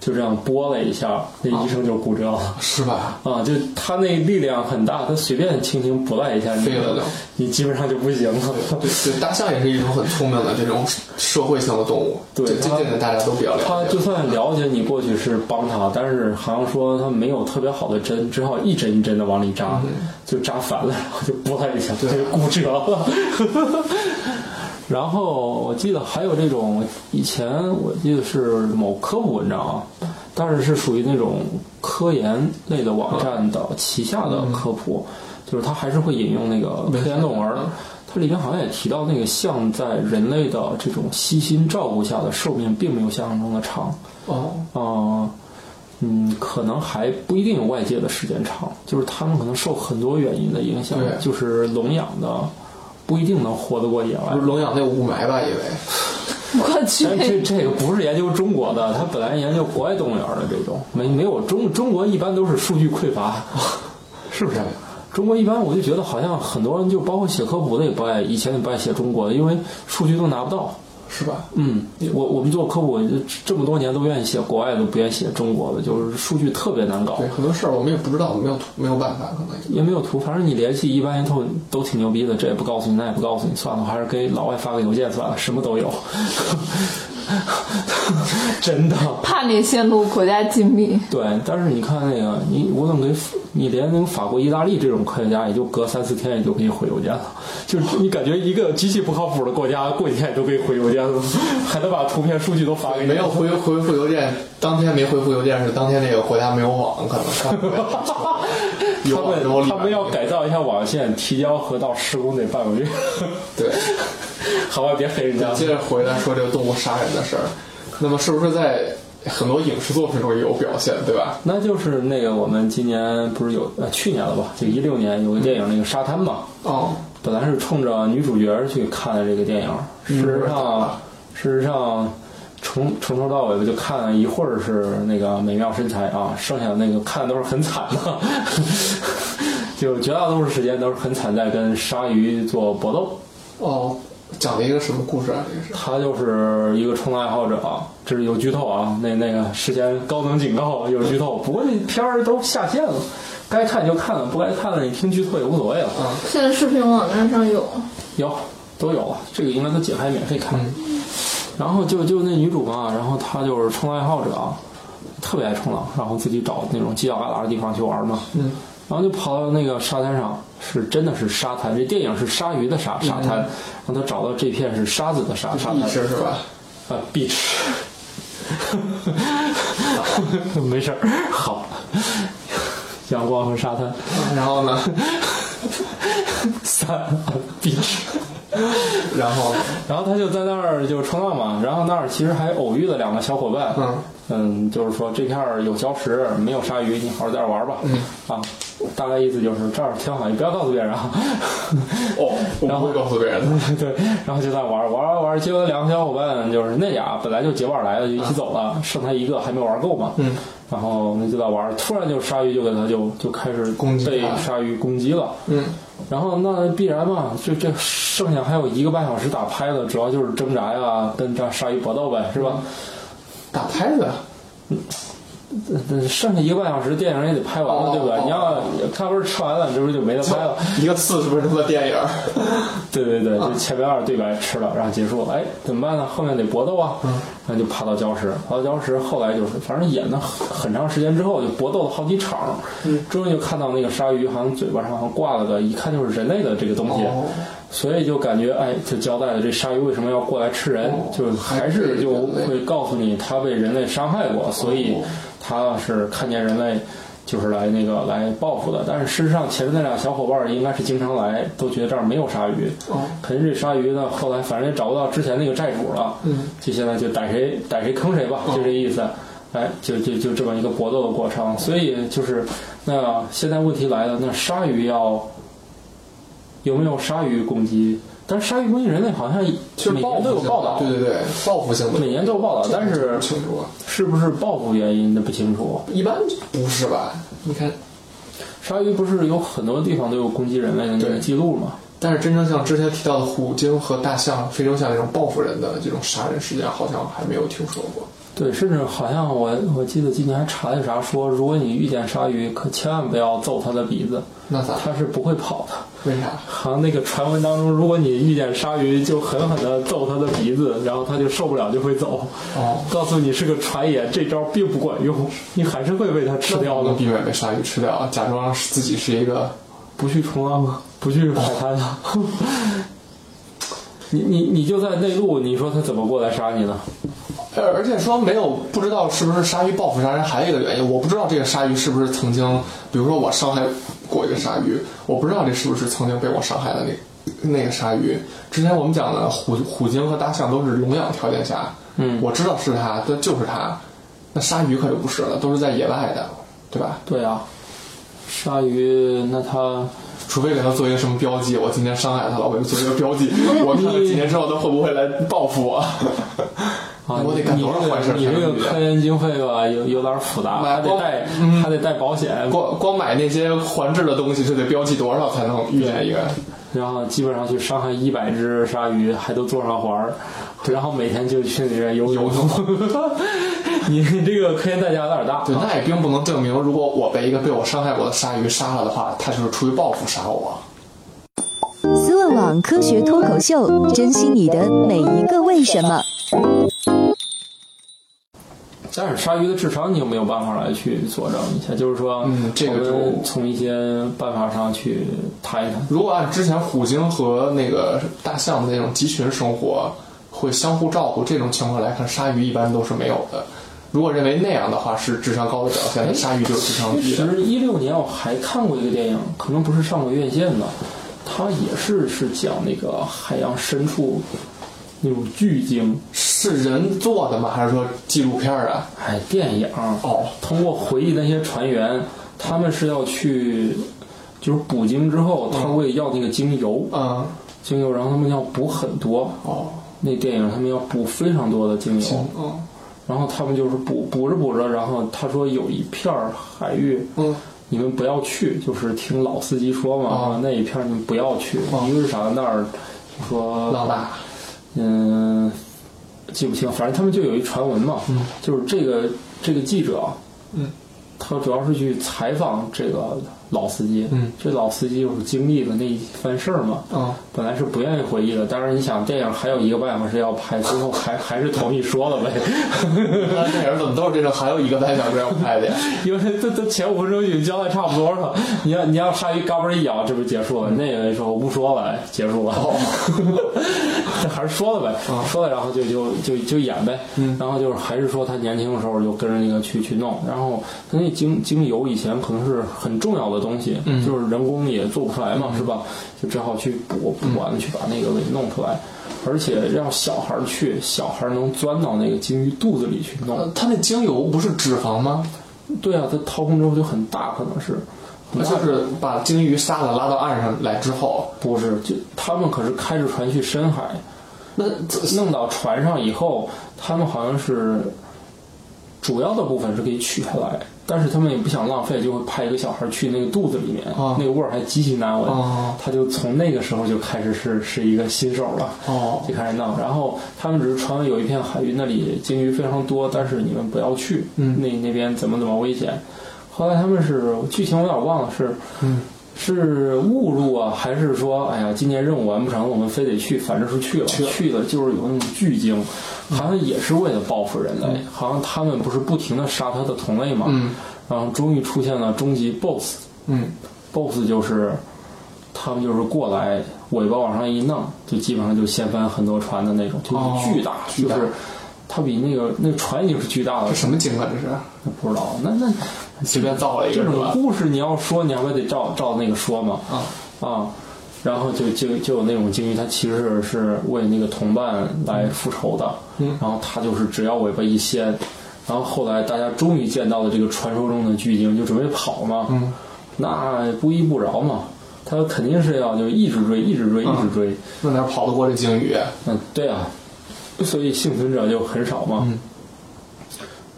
[SPEAKER 4] 就这样拨了一下，那医生就骨折了。
[SPEAKER 3] 是吧？
[SPEAKER 4] 啊，就他那力量很大，他随便轻轻拨拉一下，你
[SPEAKER 3] 废了都
[SPEAKER 4] 你基本上就不行了。
[SPEAKER 3] 对对，大象也是一种很聪明的这种社会性的动物，
[SPEAKER 4] 对
[SPEAKER 3] 这这
[SPEAKER 4] 它
[SPEAKER 3] 这点大家都比较
[SPEAKER 4] 他
[SPEAKER 3] 了
[SPEAKER 4] 就
[SPEAKER 3] 解。
[SPEAKER 4] 算了解你过去是帮他，但是好像说他没有特别好的针，只好一针一针的往里扎，就扎反了，然后就拨拉一下，
[SPEAKER 3] 对
[SPEAKER 4] 就骨折了。 然后我记得还有这种，以前我记得是某科普文章啊，但是是属于那种科研类的网站的旗下的科普，就是它还是会引用那个科研论文儿
[SPEAKER 3] 嗯。
[SPEAKER 4] 它里面好像也提到，那个象在人类的这种悉心照顾下的寿命并没有想象中的长，
[SPEAKER 3] 哦，
[SPEAKER 4] 呃，嗯，可能还不一定有外界的时间长，就是它们可能受很多原因的影响，
[SPEAKER 3] 对
[SPEAKER 4] 就是笼养的不一定能活得过野外。
[SPEAKER 3] 笼养那有雾霾吧？因为
[SPEAKER 2] 我去，
[SPEAKER 4] 但这这个不是研究中国的，它本来研究国外动物园的这种，没没有中中国一般都是数据匮乏，是啊不是？中国一般我就觉得好像很多人就包括写科普的也不爱，以前也不爱写中国的，因为数据都拿不到。
[SPEAKER 3] 是吧？
[SPEAKER 4] 嗯，我我们做科普这么多年都愿意写国外的，不愿意写中国的，就是数据特别难搞
[SPEAKER 3] 对，，很多事儿我们也不知道，没有没有办法，可能
[SPEAKER 4] 也没有图，反正你联系一般人都都挺牛逼的，这也不告诉你，那也不告诉你，算了，我还是给老外发个邮件算了，什么都有， 真的。
[SPEAKER 2] 怕你陷入国家机密。
[SPEAKER 4] 对，但是你看那个，你无论给法你连那个法国、意大利这种科学家，也就隔三四天也就给你回邮件了，就是你感觉一个极其不靠谱的国家，过几天也都给你回邮件了，还能把图片、数据都发给你。
[SPEAKER 3] 没有回回复邮件，当天没回复邮件是当天那个国家没有网，可能看 不了有
[SPEAKER 4] 他
[SPEAKER 3] 网之后
[SPEAKER 4] 们
[SPEAKER 3] 立
[SPEAKER 4] 他
[SPEAKER 3] 马
[SPEAKER 4] 们要改造一下网线，提交河道施工得半个月。
[SPEAKER 3] 对。
[SPEAKER 4] 好吧，别黑人家
[SPEAKER 3] 那。接着回来说这个动物杀人的事儿，那么是不是在很多影视作品中也有表现，对吧？
[SPEAKER 4] 那就是那个我们今年不是有呃去年了吧？就一六年有个电影那个沙滩嘛，
[SPEAKER 3] 哦，
[SPEAKER 4] 本来是冲着女主角去看的这个电影，事实上，事实上从从头到尾我就看了一会儿是那个美妙身材啊，剩下那个看的都是很惨的， 就绝大多数时间都是很惨，在跟鲨鱼做搏斗。
[SPEAKER 3] 哦，讲了一个什么故事啊？这个是
[SPEAKER 4] 他就是一个冲浪爱好者，这是有剧透啊，那那个事先高能警告有剧透，不过那片儿都下线了，该看就看，不该看了你听剧透也无所谓了。
[SPEAKER 2] 现在视频网站上有，
[SPEAKER 4] 有，都有了，这个应该都解开免费看。然后就就那女主嘛，然后她就是冲浪爱好者啊，特别爱冲浪，然后自己找那种犄角旮旯的地方去玩嘛。
[SPEAKER 3] 嗯，
[SPEAKER 4] 然后就跑到那个沙滩上，是真的是沙滩，这电影是鲨鱼的沙沙滩，然后她找到这片是沙子的沙沙滩
[SPEAKER 3] 意识是吧？
[SPEAKER 4] 啊，beach。没事儿，好，阳光和沙滩，
[SPEAKER 3] 然后呢，
[SPEAKER 4] 三 beach。
[SPEAKER 3] 然后
[SPEAKER 4] 然后他就在那儿就冲浪嘛，然后那儿其实还偶遇了两个小伙伴，
[SPEAKER 3] 嗯
[SPEAKER 4] 嗯就是说这片儿有礁石，没有鲨鱼，你好好在这儿玩吧，啊，大概意思就是这儿挺好，你不要告诉别人啊，
[SPEAKER 3] 哦，我
[SPEAKER 4] 然
[SPEAKER 3] 不
[SPEAKER 4] 后
[SPEAKER 3] 会告诉别人的。
[SPEAKER 4] 对，然后就在玩儿玩儿玩儿，结果两个小伙伴就是那俩本来就结伴儿来的，就一起走了，剩他一个还没玩够嘛。
[SPEAKER 3] 啊嗯。
[SPEAKER 4] 然后那就在玩儿，突然就鲨鱼就给他就就开始
[SPEAKER 3] 攻击
[SPEAKER 4] 被
[SPEAKER 3] 他
[SPEAKER 4] 鲨鱼攻击了。
[SPEAKER 3] 嗯，
[SPEAKER 4] 然后那必然嘛，就这剩下还有一个半小时打拍的，主要就是挣扎呀，跟这鲨鱼搏斗呗，是吧？
[SPEAKER 3] 打拍子，啊
[SPEAKER 4] 那嗯剩下一个半小时，电影也得拍完了，
[SPEAKER 3] 嗯哦
[SPEAKER 4] 对吧？
[SPEAKER 3] 哦
[SPEAKER 4] 你要咖啡吃完了，这不是就没得拍了？
[SPEAKER 3] 一个四十分钟的电影，
[SPEAKER 4] 对对对，就前面二对白吃了，然后结束了，哎，怎么办呢？后面得搏斗啊，
[SPEAKER 3] 嗯
[SPEAKER 4] 那就爬到礁石，爬到礁石，后来就是反正演了很很长时间之后，就搏斗了好几场，
[SPEAKER 3] 嗯
[SPEAKER 4] 终于就看到那个鲨鱼好像嘴巴上好像挂了个，一看就是人类的这个东西，
[SPEAKER 3] 哦
[SPEAKER 4] 所以就感觉哎，就交代了这鲨鱼为什么要过来吃人，
[SPEAKER 3] 哦
[SPEAKER 4] 就是还
[SPEAKER 3] 还
[SPEAKER 4] 是
[SPEAKER 3] 是
[SPEAKER 4] 就
[SPEAKER 3] 人类哦
[SPEAKER 4] 会告诉你它被人类伤害过，所以它是看见人类。就是来那个来报复的，但是事实上前面那俩小伙伴儿应该是经常来，都觉得这儿没有鲨鱼，
[SPEAKER 3] 哦
[SPEAKER 4] 肯定这鲨鱼呢，后来反正也找不到之前那个债主了，
[SPEAKER 3] 嗯，哦
[SPEAKER 4] 就现在就逮谁逮谁坑谁吧，就这意思。哎，就就就这么一个搏斗的过程，所以就是那现在问题来了，那鲨鱼要有没有鲨鱼攻击？但是鲨鱼攻击人类好像
[SPEAKER 3] 其实
[SPEAKER 4] 每
[SPEAKER 3] 报
[SPEAKER 4] 年
[SPEAKER 3] 复
[SPEAKER 4] 都有
[SPEAKER 3] 性的
[SPEAKER 4] 报道，
[SPEAKER 3] 对对对，报复性的
[SPEAKER 4] 每年都有报道，但是
[SPEAKER 3] 不清楚，啊
[SPEAKER 4] 是不是报复原因那不清楚。
[SPEAKER 3] 一般不是吧？你看，
[SPEAKER 4] 鲨鱼不是有很多地方都有攻击人类的那个
[SPEAKER 3] 对
[SPEAKER 4] 记录吗？
[SPEAKER 3] 但是真正像之前提到的虎鲸和大象、非洲象那种报复人的这种杀人事件，好像还没有听说过。
[SPEAKER 4] 对，甚至好像我我记得今年还查了啥说，如果你遇见鲨鱼，可千万不要揍它的鼻子，
[SPEAKER 3] 那咋？
[SPEAKER 4] 它是不会跑的。
[SPEAKER 3] 为啥？
[SPEAKER 4] 好像那个传闻当中，如果你遇见鲨鱼，就狠狠地揍它的鼻子，然后它就受不了就会走。
[SPEAKER 3] 哦，
[SPEAKER 4] 告诉你是个传言，这招并不管用，你还是会被它吃掉
[SPEAKER 3] 我
[SPEAKER 4] 的
[SPEAKER 3] 能。避免被鲨鱼吃掉，啊假装自己是一个
[SPEAKER 4] 不去冲浪
[SPEAKER 3] 嗯
[SPEAKER 4] 啊，不去海滩 啊。你你你就在内陆，你说它怎么过来杀你呢？
[SPEAKER 3] 呃，而且说没有不知道是不是鲨鱼报复杀人，还有一个原因，我不知道这个鲨鱼是不是曾经，比如说我伤害过一个鲨鱼，我不知道这是不是曾经被我伤害的那那个鲨鱼。之前我们讲的虎虎鲸和大象都是笼养条件下，
[SPEAKER 4] 嗯
[SPEAKER 3] 我知道是它，但就是它。那鲨鱼可就不是了，都是在野外的，对吧？
[SPEAKER 4] 对啊，鲨鱼那它。
[SPEAKER 3] 除非给它做一个什么标记，我今天伤害它了，我就做一个标记，我看看几年之后它会不会来报复我。
[SPEAKER 4] 啊，
[SPEAKER 3] 我得干多少坏事儿
[SPEAKER 4] 你这个
[SPEAKER 3] 才能遇见
[SPEAKER 4] 科研经费吧，有有点复杂，
[SPEAKER 3] 买
[SPEAKER 4] 还得
[SPEAKER 3] 光
[SPEAKER 4] 带
[SPEAKER 3] 嗯
[SPEAKER 4] 还得带保险，
[SPEAKER 3] 光光买那些环制的东西，就得标记多少才能遇见一个？
[SPEAKER 4] 然后基本上去伤害一百只鲨鱼，还都做上环儿，然后每天就去里面游
[SPEAKER 3] 游
[SPEAKER 4] 泳。 你 这个科研代价有点大
[SPEAKER 3] 对，，那也并不能证明，如果我被一个被我伤害过的鲨鱼杀了的话，它就是出于报复杀我。
[SPEAKER 5] 思问网科学脱口秀，珍惜你的每一个为什么。
[SPEAKER 4] 但是鲨鱼的智商你有没有办法来去佐证一下？就是说，
[SPEAKER 3] 嗯这个
[SPEAKER 4] 我们
[SPEAKER 3] 就
[SPEAKER 4] 从一些办法上去谈一谈。
[SPEAKER 3] 如果按之前虎鲸和那个大象的那种集群生活会相互照顾这种情况来看，鲨鱼一般都是没有的。如果认为那样的话是智商高的表现，那鲨鱼就是智商
[SPEAKER 4] 其
[SPEAKER 3] 低的。
[SPEAKER 4] 实一六年我还看过一个电影，可能不是上过院线的，它也是是讲那个海洋深处那种巨鲸，
[SPEAKER 3] 是人做的吗？还是说纪录片儿啊？
[SPEAKER 4] 哎，电影
[SPEAKER 3] 哦，
[SPEAKER 4] 通过回忆那些船员，他们是要去。就是捕鲸之后，他
[SPEAKER 3] 嗯
[SPEAKER 4] 会要那个精油，
[SPEAKER 3] 嗯，
[SPEAKER 4] 精油，然后他们要补很多。
[SPEAKER 3] 哦，
[SPEAKER 4] 那电影他们要补非常多的精油，
[SPEAKER 3] 行，嗯
[SPEAKER 4] 然后他们就是补补着补着，然后他说有一片儿海域，
[SPEAKER 3] 嗯，
[SPEAKER 4] 你们不要去，就是听老司机说嘛，
[SPEAKER 3] 啊
[SPEAKER 4] 那一片儿你们不要去，
[SPEAKER 3] 啊
[SPEAKER 4] 一个是啥那儿就说
[SPEAKER 3] 老大，
[SPEAKER 4] 嗯，记不清，反正他们就有一传闻嘛，就是这个这个记者，
[SPEAKER 3] 嗯，
[SPEAKER 4] 他主要是去采访这个老司机，
[SPEAKER 3] 嗯，
[SPEAKER 4] 这老司机就是经历的那一番事儿嘛，
[SPEAKER 3] 嗯，
[SPEAKER 4] 本来是不愿意回忆的，但是你想电影还有一个办法是要拍，最后还还是同意说了呗，
[SPEAKER 3] 那电影怎么都是这种？还有一个半小时要拍的呀？
[SPEAKER 4] 因为这这前五分钟已经交代差不多了，你要你要鲨鱼嘎嘣一咬，这不结束了？那个人说我不说了，结束了。 还是说了呗，
[SPEAKER 3] 哦啊
[SPEAKER 4] 说了，然后就就就就演呗，
[SPEAKER 3] 嗯
[SPEAKER 4] 然后就是还是说他年轻的时候就跟着那个去去弄，然后因为精精油以前可能是很重要的东西，
[SPEAKER 3] 嗯
[SPEAKER 4] 就是人工也做不出来嘛，是吧？就只好去补补
[SPEAKER 3] 嗯
[SPEAKER 4] 完去把那个给弄出来，而且让小孩儿去，小孩儿能钻到那个鲸鱼肚子里去弄，
[SPEAKER 3] 呃，它那精油不是脂肪吗？
[SPEAKER 4] 对啊，它掏空之后就很大，可能是，很大
[SPEAKER 3] 就是把鲸鱼杀了拉到岸上来之后，
[SPEAKER 4] 不是就他们可是开着船去深海。
[SPEAKER 3] 那
[SPEAKER 4] 弄到船上以后，他们好像是主要的部分是可以取下来，但是他们也不想浪费，就会派一个小孩去那个肚子里面，
[SPEAKER 3] 啊
[SPEAKER 4] 那个味儿还极其难闻。
[SPEAKER 3] 哦
[SPEAKER 4] 他就从那个时候就开始是是一个新手了，
[SPEAKER 3] 哦
[SPEAKER 4] 就开始弄。然后他们只是传闻有一片海域那里鲸鱼非常多，但是你们不要去，
[SPEAKER 3] 嗯
[SPEAKER 4] 那那边怎么怎么危险。后来他们是剧情我有点忘了是。
[SPEAKER 3] 嗯
[SPEAKER 4] 是误入啊，还是说，哎呀，今年任务完不成了，我们非得去？反正是去了，
[SPEAKER 3] 去
[SPEAKER 4] 去
[SPEAKER 3] 了嗯
[SPEAKER 4] 了就是有那种巨鲸，好像也是为了报复人类，好像他们不是不停的杀他的同类嘛，
[SPEAKER 3] 嗯
[SPEAKER 4] 然后终于出现了终极 BOSS，BOSS
[SPEAKER 3] 嗯
[SPEAKER 4] 就是他们就是过来尾巴往上一弄，就基本上就掀翻很多船的那种，就是
[SPEAKER 3] 哦
[SPEAKER 4] 巨大，
[SPEAKER 3] 巨大
[SPEAKER 4] 就是它比那个那船已经是巨大了
[SPEAKER 3] 这，什么鲸啊？这是
[SPEAKER 4] 不知道那那
[SPEAKER 3] 随便造了一
[SPEAKER 4] 这
[SPEAKER 3] 个是
[SPEAKER 4] 种
[SPEAKER 3] 吧？
[SPEAKER 4] 故事你要说，你还不得照照那个说嘛？
[SPEAKER 3] 啊
[SPEAKER 4] 啊，然后就就就有那种鲸鱼，它其实是为那个同伴来复仇的。
[SPEAKER 3] 嗯
[SPEAKER 4] 然后它就是只要尾巴一掀，然后后来大家终于见到了这个传说中的巨鲸，就准备跑嘛。
[SPEAKER 3] 嗯，
[SPEAKER 4] 那不依不饶嘛，它肯定是要就一直追，一直追，一直追。
[SPEAKER 3] 那哪跑得过这鲸鱼？
[SPEAKER 4] 嗯，对啊，所以幸存者就很少嘛
[SPEAKER 3] 嗯。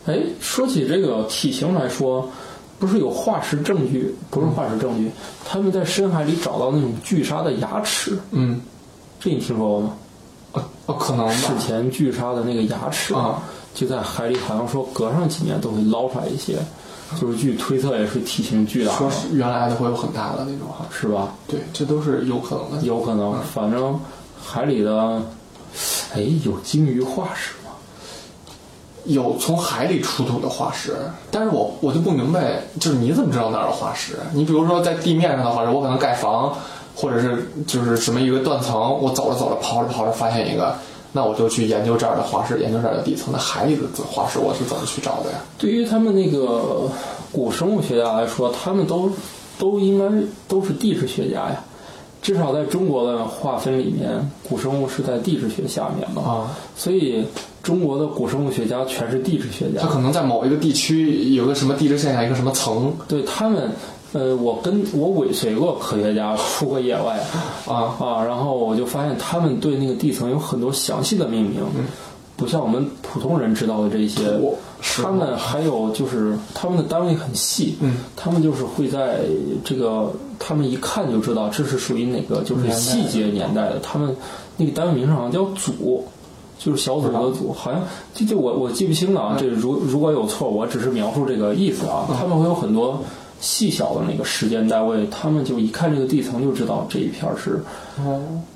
[SPEAKER 4] 哎、说起这个体型来说，不是有化石证据？不
[SPEAKER 3] 嗯
[SPEAKER 4] 是化石证据，他们在深海里找到那种巨鲨的牙齿，
[SPEAKER 3] 嗯，
[SPEAKER 4] 这你听说过吗？
[SPEAKER 3] 哦哦，可能
[SPEAKER 4] 史
[SPEAKER 3] 吧。
[SPEAKER 4] 前巨鲨的那个牙齿
[SPEAKER 3] 啊，
[SPEAKER 4] 就在海里，好像说隔上几年都会捞出来一些，就是据推测也是体型巨大
[SPEAKER 3] 啊说
[SPEAKER 4] 的，
[SPEAKER 3] 是原来的会有很大的那种哈，
[SPEAKER 4] 是吧？
[SPEAKER 3] 对，这都是有可能的。
[SPEAKER 4] 有可能，反正海里的，哎，有鲸鱼化石吗？
[SPEAKER 3] 有从海里出土的化石，但是我我就不明白，就是你怎么知道哪儿有化石？你比如说在地面上的化石，我可能盖房，或者是就是什么一个断层，我走着走着刨着刨着发现一个，那我就去研究这儿的化石，研究这儿的底层。那海里的化石我是怎么去找的呀？
[SPEAKER 4] 对于他们那个古生物学家来说，他们都都应该都是地质学家呀。至少在中国的划分里面，古生物是在地质学下面嘛，
[SPEAKER 3] 啊，
[SPEAKER 4] 所以中国的古生物学家全是地质学家
[SPEAKER 3] 它。可能在某一个地区有个什么地质现象，一个什么层
[SPEAKER 4] 对他们，呃，我跟我尾随过科学家出过野外，
[SPEAKER 3] 啊，
[SPEAKER 4] 啊，然后我就发现他们对那个地层有很多详细的命名，
[SPEAKER 3] 嗯
[SPEAKER 4] 不像我们普通人知道的这些
[SPEAKER 3] 我。是
[SPEAKER 4] 他们还有就是他们的单位很细，
[SPEAKER 3] 嗯
[SPEAKER 4] 他们就是会在这个他们一看就知道这是属于哪个，就是
[SPEAKER 3] 年代
[SPEAKER 4] 细节年代的。他们那个单位名上好像叫组，就是小组的组，好像这这我我记不清了
[SPEAKER 3] 嗯
[SPEAKER 4] 啊。这如如果有错，我只是描述这个意思啊。他们会有很多细小的那个时间单位，他们就一看这个地层就知道这一片儿是。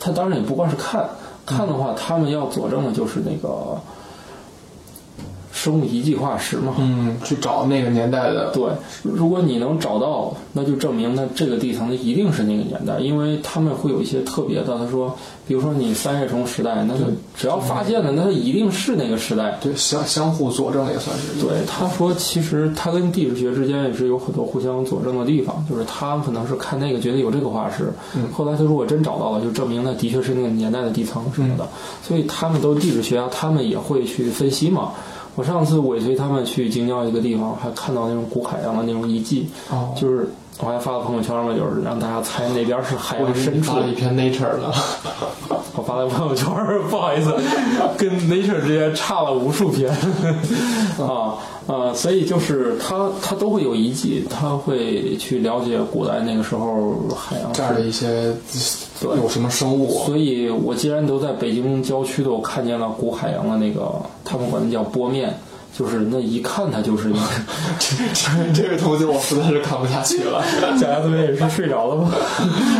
[SPEAKER 4] 他当然也不光是看，看的话，他们要佐证的就是那个生物遗迹化石嘛。
[SPEAKER 3] 嗯，去找那个年代的
[SPEAKER 4] 对，如果你能找到，那就证明那这个地层一定是那个年代，因为他们会有一些特别的。他说，比如说你三叶虫时代，那就只要发现了，那它一定是那个时代。
[SPEAKER 3] 对相相互佐证也算是
[SPEAKER 4] 对，他说，其实他跟地质学之间也是有很多互相佐证的地方，就是他可能是看那个觉得有这个化石，
[SPEAKER 3] 嗯
[SPEAKER 4] 后来他如果真找到了，就证明那的确是那个年代的地层什么
[SPEAKER 3] 嗯
[SPEAKER 4] 的，所以他们都是地质学家，他们也会去分析嘛。我上次尾随他们去京郊一个地方，还看到那种古海洋的那种遗迹，
[SPEAKER 3] 哦
[SPEAKER 4] 就是我还发了朋友圈嘛，就是让大家猜那边是海
[SPEAKER 3] 我
[SPEAKER 4] 洋
[SPEAKER 3] 已
[SPEAKER 4] 哎深
[SPEAKER 3] 经
[SPEAKER 4] 处
[SPEAKER 3] 发。了一篇 Nature 了。
[SPEAKER 4] 我发在朋友圈儿，不好意思，跟 Nature 之间差了无数篇啊啊，所以就是他他都会有遗迹，他会去了解古代那个时候海洋
[SPEAKER 3] 这儿的一些
[SPEAKER 4] 对
[SPEAKER 3] 有什么生物 啊？
[SPEAKER 4] 所以我既然都在北京郊区的，我看见了古海洋的那个，他们管那叫波面，就是那一看它就是一个。
[SPEAKER 3] 这这位同学，我实在是看不下去了。
[SPEAKER 4] 贾家这边也是睡着了吧？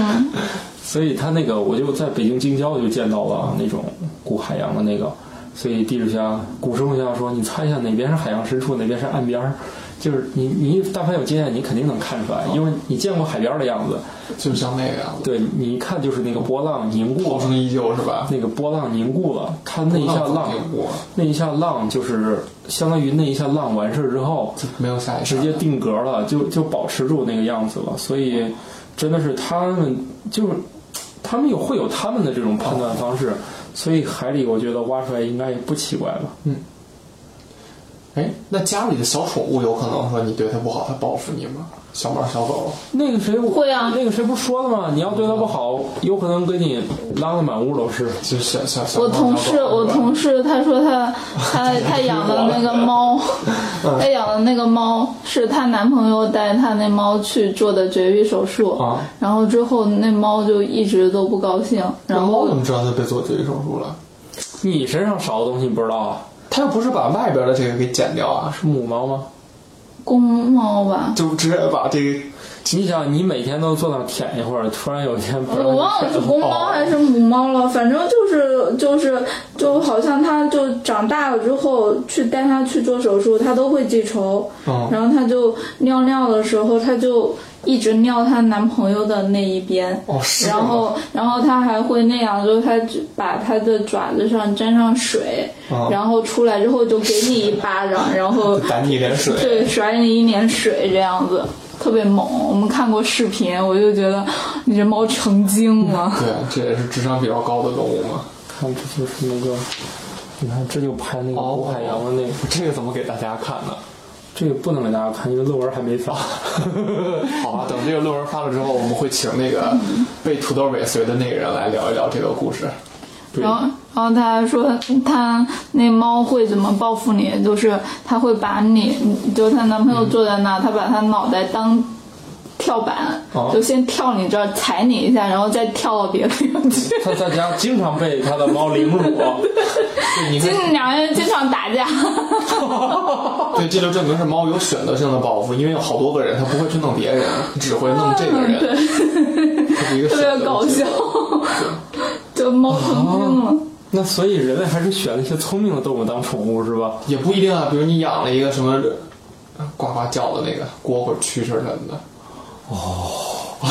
[SPEAKER 4] 所以他那个，我就在北京京郊就见到了那种古海洋的那个，所以地质学家、古生物学家说，你猜一下哪边是海洋深处，哪边是岸边儿？就是你你但凡有经验，你肯定能看出来，因为你见过海边的样子，
[SPEAKER 3] 就像那个样子，
[SPEAKER 4] 对你一看就是那个波浪凝固
[SPEAKER 3] 涛，声依旧是吧？
[SPEAKER 4] 那个波浪凝固了，它那一下浪，
[SPEAKER 3] 我
[SPEAKER 4] 那一下浪就是相当于那一下浪完事儿之后，
[SPEAKER 3] 没有下一
[SPEAKER 4] 直接定格了，就就保持住那个样子了。所以真的是他们就是他们有会有他们的这种判断方式，所以海里我觉得挖出来应该也不奇怪吧。
[SPEAKER 3] 哎，那家里的小宠物有可能说你对它不好，它报复你吗？小猫、小狗，
[SPEAKER 4] 那个谁我
[SPEAKER 2] 会啊
[SPEAKER 4] 那个谁不是说了吗？你要对他不好，有可能给你拉的满屋都是。
[SPEAKER 3] 就是小小小
[SPEAKER 2] 我
[SPEAKER 3] 猫
[SPEAKER 2] 同事，
[SPEAKER 3] 小狗
[SPEAKER 2] 我同事他说他 他他养的那个猫，
[SPEAKER 3] 啊
[SPEAKER 2] 他养的那个猫是她男朋友带她那猫去做的绝育手术，
[SPEAKER 3] 啊
[SPEAKER 2] 然后之后那猫就一直都不高兴，然
[SPEAKER 3] 那猫
[SPEAKER 2] 后
[SPEAKER 3] 怎么知道它被做绝育手术了？
[SPEAKER 4] 你身上少的东西你不知道啊？
[SPEAKER 3] 它又不是把外边的这个给剪掉啊，
[SPEAKER 4] 是母猫吗？
[SPEAKER 2] 公猫吧，
[SPEAKER 3] 就直接把这个
[SPEAKER 4] 你想，你每天都坐那儿舔一会儿，突然有一天哦不让
[SPEAKER 2] 我
[SPEAKER 4] 你
[SPEAKER 2] 忘了
[SPEAKER 4] 舔
[SPEAKER 2] 是公猫还是母猫了，反正就是就是就好像它就长大了之后去带它去做手术，它都会记仇，
[SPEAKER 3] 嗯
[SPEAKER 2] 然后它就尿尿的时候，它就一直尿她男朋友的那一边。
[SPEAKER 3] 哦是吗
[SPEAKER 2] 然后，然后它还会那样，就是它只把它的爪子上沾上水，
[SPEAKER 3] 嗯
[SPEAKER 2] 然后出来之后就给你一巴掌，然 后
[SPEAKER 3] 打你一脸水。
[SPEAKER 2] 对，甩你一脸水这样子，特别猛。我们看过视频，我就觉得你这猫成精 了。
[SPEAKER 3] 对，这也是智商比较高的动物嘛。
[SPEAKER 4] 看不就是那个？你看，这就拍那个
[SPEAKER 3] 哦
[SPEAKER 4] 吴海洋的那个，
[SPEAKER 3] 这个怎么给大家看呢？
[SPEAKER 4] 这个不能给大家看，因为论文还没发。
[SPEAKER 3] 好吧，等这个论文发了之后，我们会请那个被土豆尾随的那个人来聊一聊这个 故事。
[SPEAKER 4] 对
[SPEAKER 2] 然，后，然后他还说，他那猫会怎么报复你？就是他会把你，就她男朋友坐在那，他把他脑袋当跳板，
[SPEAKER 3] 哦
[SPEAKER 2] 就先跳你这儿踩你一下，然后再跳到别的地方 去。
[SPEAKER 4] 他在家经常被他的猫凌辱。
[SPEAKER 3] 你看，
[SPEAKER 2] 经两个人经常打架，
[SPEAKER 3] 对，这就证明是猫有选择性的报复，因为有好多个人，它不会去弄别人，只会弄这 个人。它是一个
[SPEAKER 2] 特
[SPEAKER 3] 选择
[SPEAKER 2] 别搞笑， 就猫成精了。
[SPEAKER 4] 那所以人类还是选了一些聪明的动物当宠物是吧？
[SPEAKER 3] 也不一定啊。比如你养了一个什么呱呱叫的那个蝈蝈、蛐蛐什么的，
[SPEAKER 4] 啊，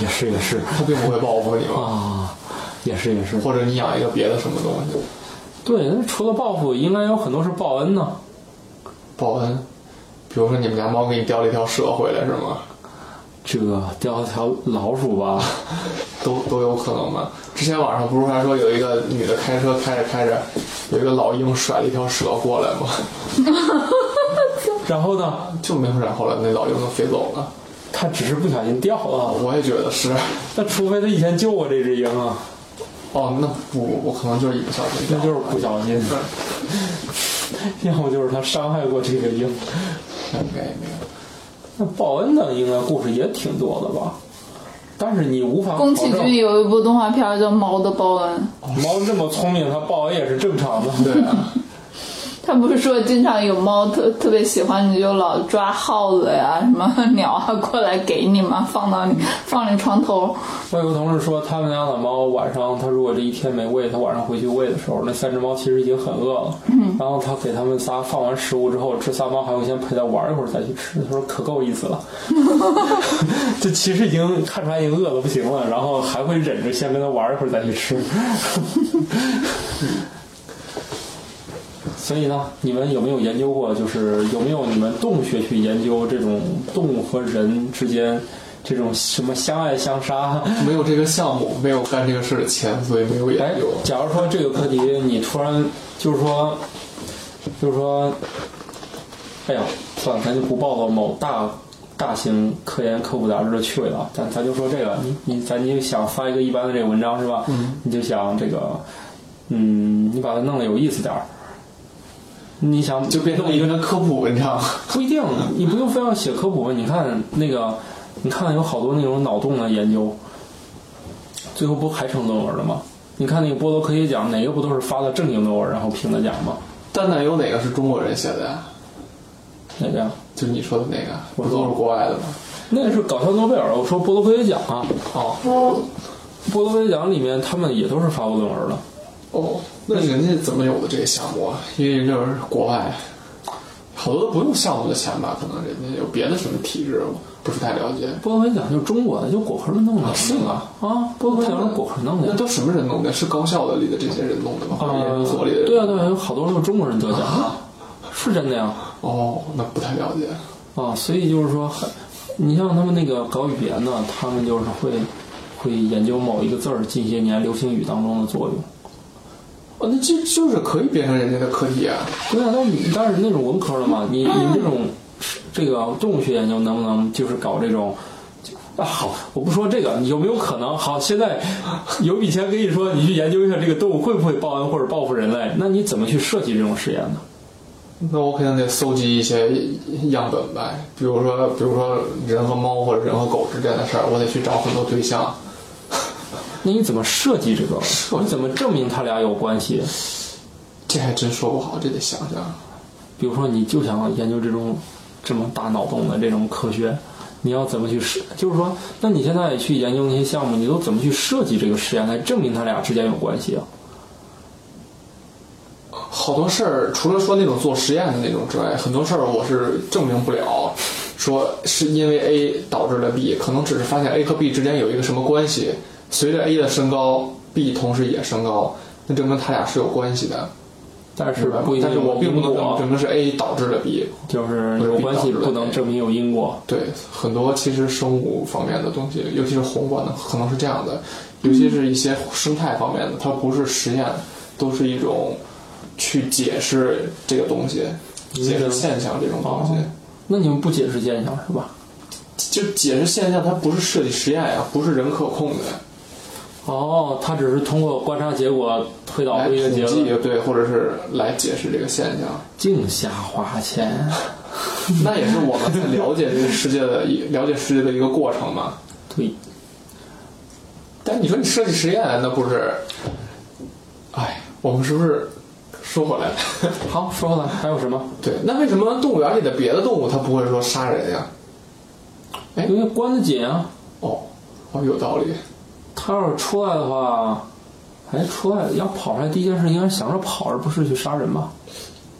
[SPEAKER 4] 也是也是
[SPEAKER 3] 它并不会报复你嘛。
[SPEAKER 4] 啊，也是也是。
[SPEAKER 3] 或者你养一个别的什么东西，
[SPEAKER 4] 对，那除了报复，应该有很多是报恩呢。
[SPEAKER 3] 报恩，比如说你们家猫给你叼了一条蛇回来是吗？
[SPEAKER 4] 这个叼了条老鼠吧，
[SPEAKER 3] 都都有可能嘛。之前网上不是还说有一个女的开车开着开着，有一个老鹰甩了一条蛇过来吗？
[SPEAKER 4] 然后呢，
[SPEAKER 3] 就没有然后了，那老鹰就飞走了。
[SPEAKER 4] 它只是不小心掉了。
[SPEAKER 3] 我也觉得是，
[SPEAKER 4] 那除非它以前救过这只鹰啊，
[SPEAKER 3] 哦，那不，我可能就是一不小心掉
[SPEAKER 4] 那
[SPEAKER 3] 了，
[SPEAKER 4] 就是不小 心，要么就是它伤害过这个鹰。
[SPEAKER 3] 应该也没有。
[SPEAKER 4] 那报恩的应该故事也挺多的吧？但是你无法
[SPEAKER 2] 宫
[SPEAKER 4] 保
[SPEAKER 2] 崎
[SPEAKER 4] 证
[SPEAKER 2] 骏有一部动画片叫《猫的报恩》，
[SPEAKER 4] 猫这么聪明，它报恩也是正常的。
[SPEAKER 3] 对啊，
[SPEAKER 2] 他不是说经常有猫特特别喜欢你，就老抓耗子呀、什么 鸟啊过来给你嘛，放到你放你床头。
[SPEAKER 4] 我有个同事说，他们家的猫晚上，他如果这一天没喂，他晚上回去喂的时候，那三只猫其实已经很饿了。然后他给他们仨放完食物之后，这仨猫还会先陪他玩一会儿再去吃。他说可够意思了，就其实已经看出来已经饿的不行了，然后还会忍着先跟他玩一会儿再去吃。所以呢，你们有没有研究过，就是有没有你们动物学去研究这种动物和人之间这种什么相爱相杀？
[SPEAKER 3] 没有这个项目，没有干这个事的钱，所以没有
[SPEAKER 4] 哎
[SPEAKER 3] 研究。，
[SPEAKER 4] 假如说这个课题你突然就是说，就是说，哎呀，算了，咱就不报道某大大型科研科普杂志的趣味了，啊咱咱就说这个，
[SPEAKER 3] 嗯
[SPEAKER 4] 你你咱你就想发一个一般的这个文章是吧？嗯，你就想这个，嗯，你把它弄得有意思点儿。你想
[SPEAKER 3] 就变成
[SPEAKER 4] 弄
[SPEAKER 3] 了一个科普文章，
[SPEAKER 4] 不一定，你不用非要写科普文。你看那个，你看有好多那种脑洞的研究，最后不还成论文了吗？你看那个波多科学奖，哪个不都是发的正经论文然后评的奖吗？
[SPEAKER 3] 蛋蛋有哪个是中国人写的呀？
[SPEAKER 4] 哪个呀？
[SPEAKER 3] 就是你说的那个，
[SPEAKER 4] 我
[SPEAKER 3] 不都
[SPEAKER 4] 说
[SPEAKER 3] 是国外的吗？
[SPEAKER 4] 那个是搞笑诺贝尔，我说波多科学奖啊，
[SPEAKER 3] 哦
[SPEAKER 4] 波多科学奖里面他们也都是发过论文的。
[SPEAKER 3] 哦，那人家怎么有的这个项目啊？因为人家是国外，好多都不用项目的钱吧？可能人家有别的什么体制，我不是太了解。
[SPEAKER 4] 波文奖就是中国的，就果壳们弄的，
[SPEAKER 3] 是吗？
[SPEAKER 4] 啊，波文奖是果壳弄的
[SPEAKER 3] 那。都什么人弄的？是高校的里的这些人弄的吗？或者研究所里的
[SPEAKER 4] 呃，
[SPEAKER 3] 人？
[SPEAKER 4] 对啊对啊，有好多都是中国人得奖的，是真的呀。
[SPEAKER 3] 哦，那不太了解。
[SPEAKER 4] 啊，所以就是说，很你像他们那个搞语言呢，他们就是会会研究某一个字儿近些年流行语当中的作用。
[SPEAKER 3] 哦，那这就是可以变成人家的课题啊。
[SPEAKER 4] 对啊，但是你但是那种文科的嘛，你你们这种这个动物学研究能不能就是搞这种？啊，好，我不说这个，有没有可能？好，现在有笔钱跟你说，你去研究一下这个动物会不会报恩或者报复人类，那你怎么去设计这种实验呢？
[SPEAKER 3] 那我肯定得搜集一些样本呗，比如说，比如说人和猫或者人和狗之间的事儿，我得去找很多对象。
[SPEAKER 4] 那你怎么设计这个？你怎么证明它俩有关系？
[SPEAKER 3] 这还真说不好，这得想想。
[SPEAKER 4] 比如说，你就想研究这种这么大脑洞的这种科学，你要怎么去设？就是说，那你现在去研究那些项目，你都怎么去设计这个实验来证明它俩之间有关系啊？
[SPEAKER 3] 好多事儿，除了说那种做实验的那种之外，很多事儿我是证明不了，说是因为 A 导致了 B，可能只是发现 A 和 B 之间有一个什么关系，随着 A 的升高，B 同时也升高，那证明它俩是有关系的，
[SPEAKER 4] 但是
[SPEAKER 3] 是吧
[SPEAKER 4] 不？一定
[SPEAKER 3] 但是我
[SPEAKER 4] 有
[SPEAKER 3] 并
[SPEAKER 4] 因
[SPEAKER 3] 不能
[SPEAKER 4] 果，
[SPEAKER 3] 证明是 A 导致了 B，
[SPEAKER 4] 就是有关系不能证明有因果。
[SPEAKER 3] 对，很多其实生物方面的东西，尤其是宏观的，可能是这样的，尤其是一些生态方面的，它不是实验，都是一种去解释这个东西，解释现象这种东西。
[SPEAKER 4] 哦那你们不解释现象是吧？
[SPEAKER 3] 就解释现象，它不是设计实验呀，不是人可控的，
[SPEAKER 4] 哦，他只是通过观察结果推导
[SPEAKER 3] 来
[SPEAKER 4] 出一个
[SPEAKER 3] 统
[SPEAKER 4] 哦结
[SPEAKER 3] 计
[SPEAKER 4] 论。
[SPEAKER 3] 对，或者是来解释这个现象。
[SPEAKER 4] 净瞎花钱，
[SPEAKER 3] 那也是我们在了解这个世界的一了解世界的一个过程嘛。
[SPEAKER 4] 对，
[SPEAKER 3] 但你说你设计实验，那不是？哎，我们是不是说回来？
[SPEAKER 4] 好，说回来还有什么？
[SPEAKER 3] 对，那为什么动物园里的别的动物它不会说杀人呀？哎
[SPEAKER 4] 因为关得紧啊，
[SPEAKER 3] 哦，哦，有道理。
[SPEAKER 4] 他要是出来的话，哎，出来要跑出来，第一件事应该想着跑，而不是去杀人吧？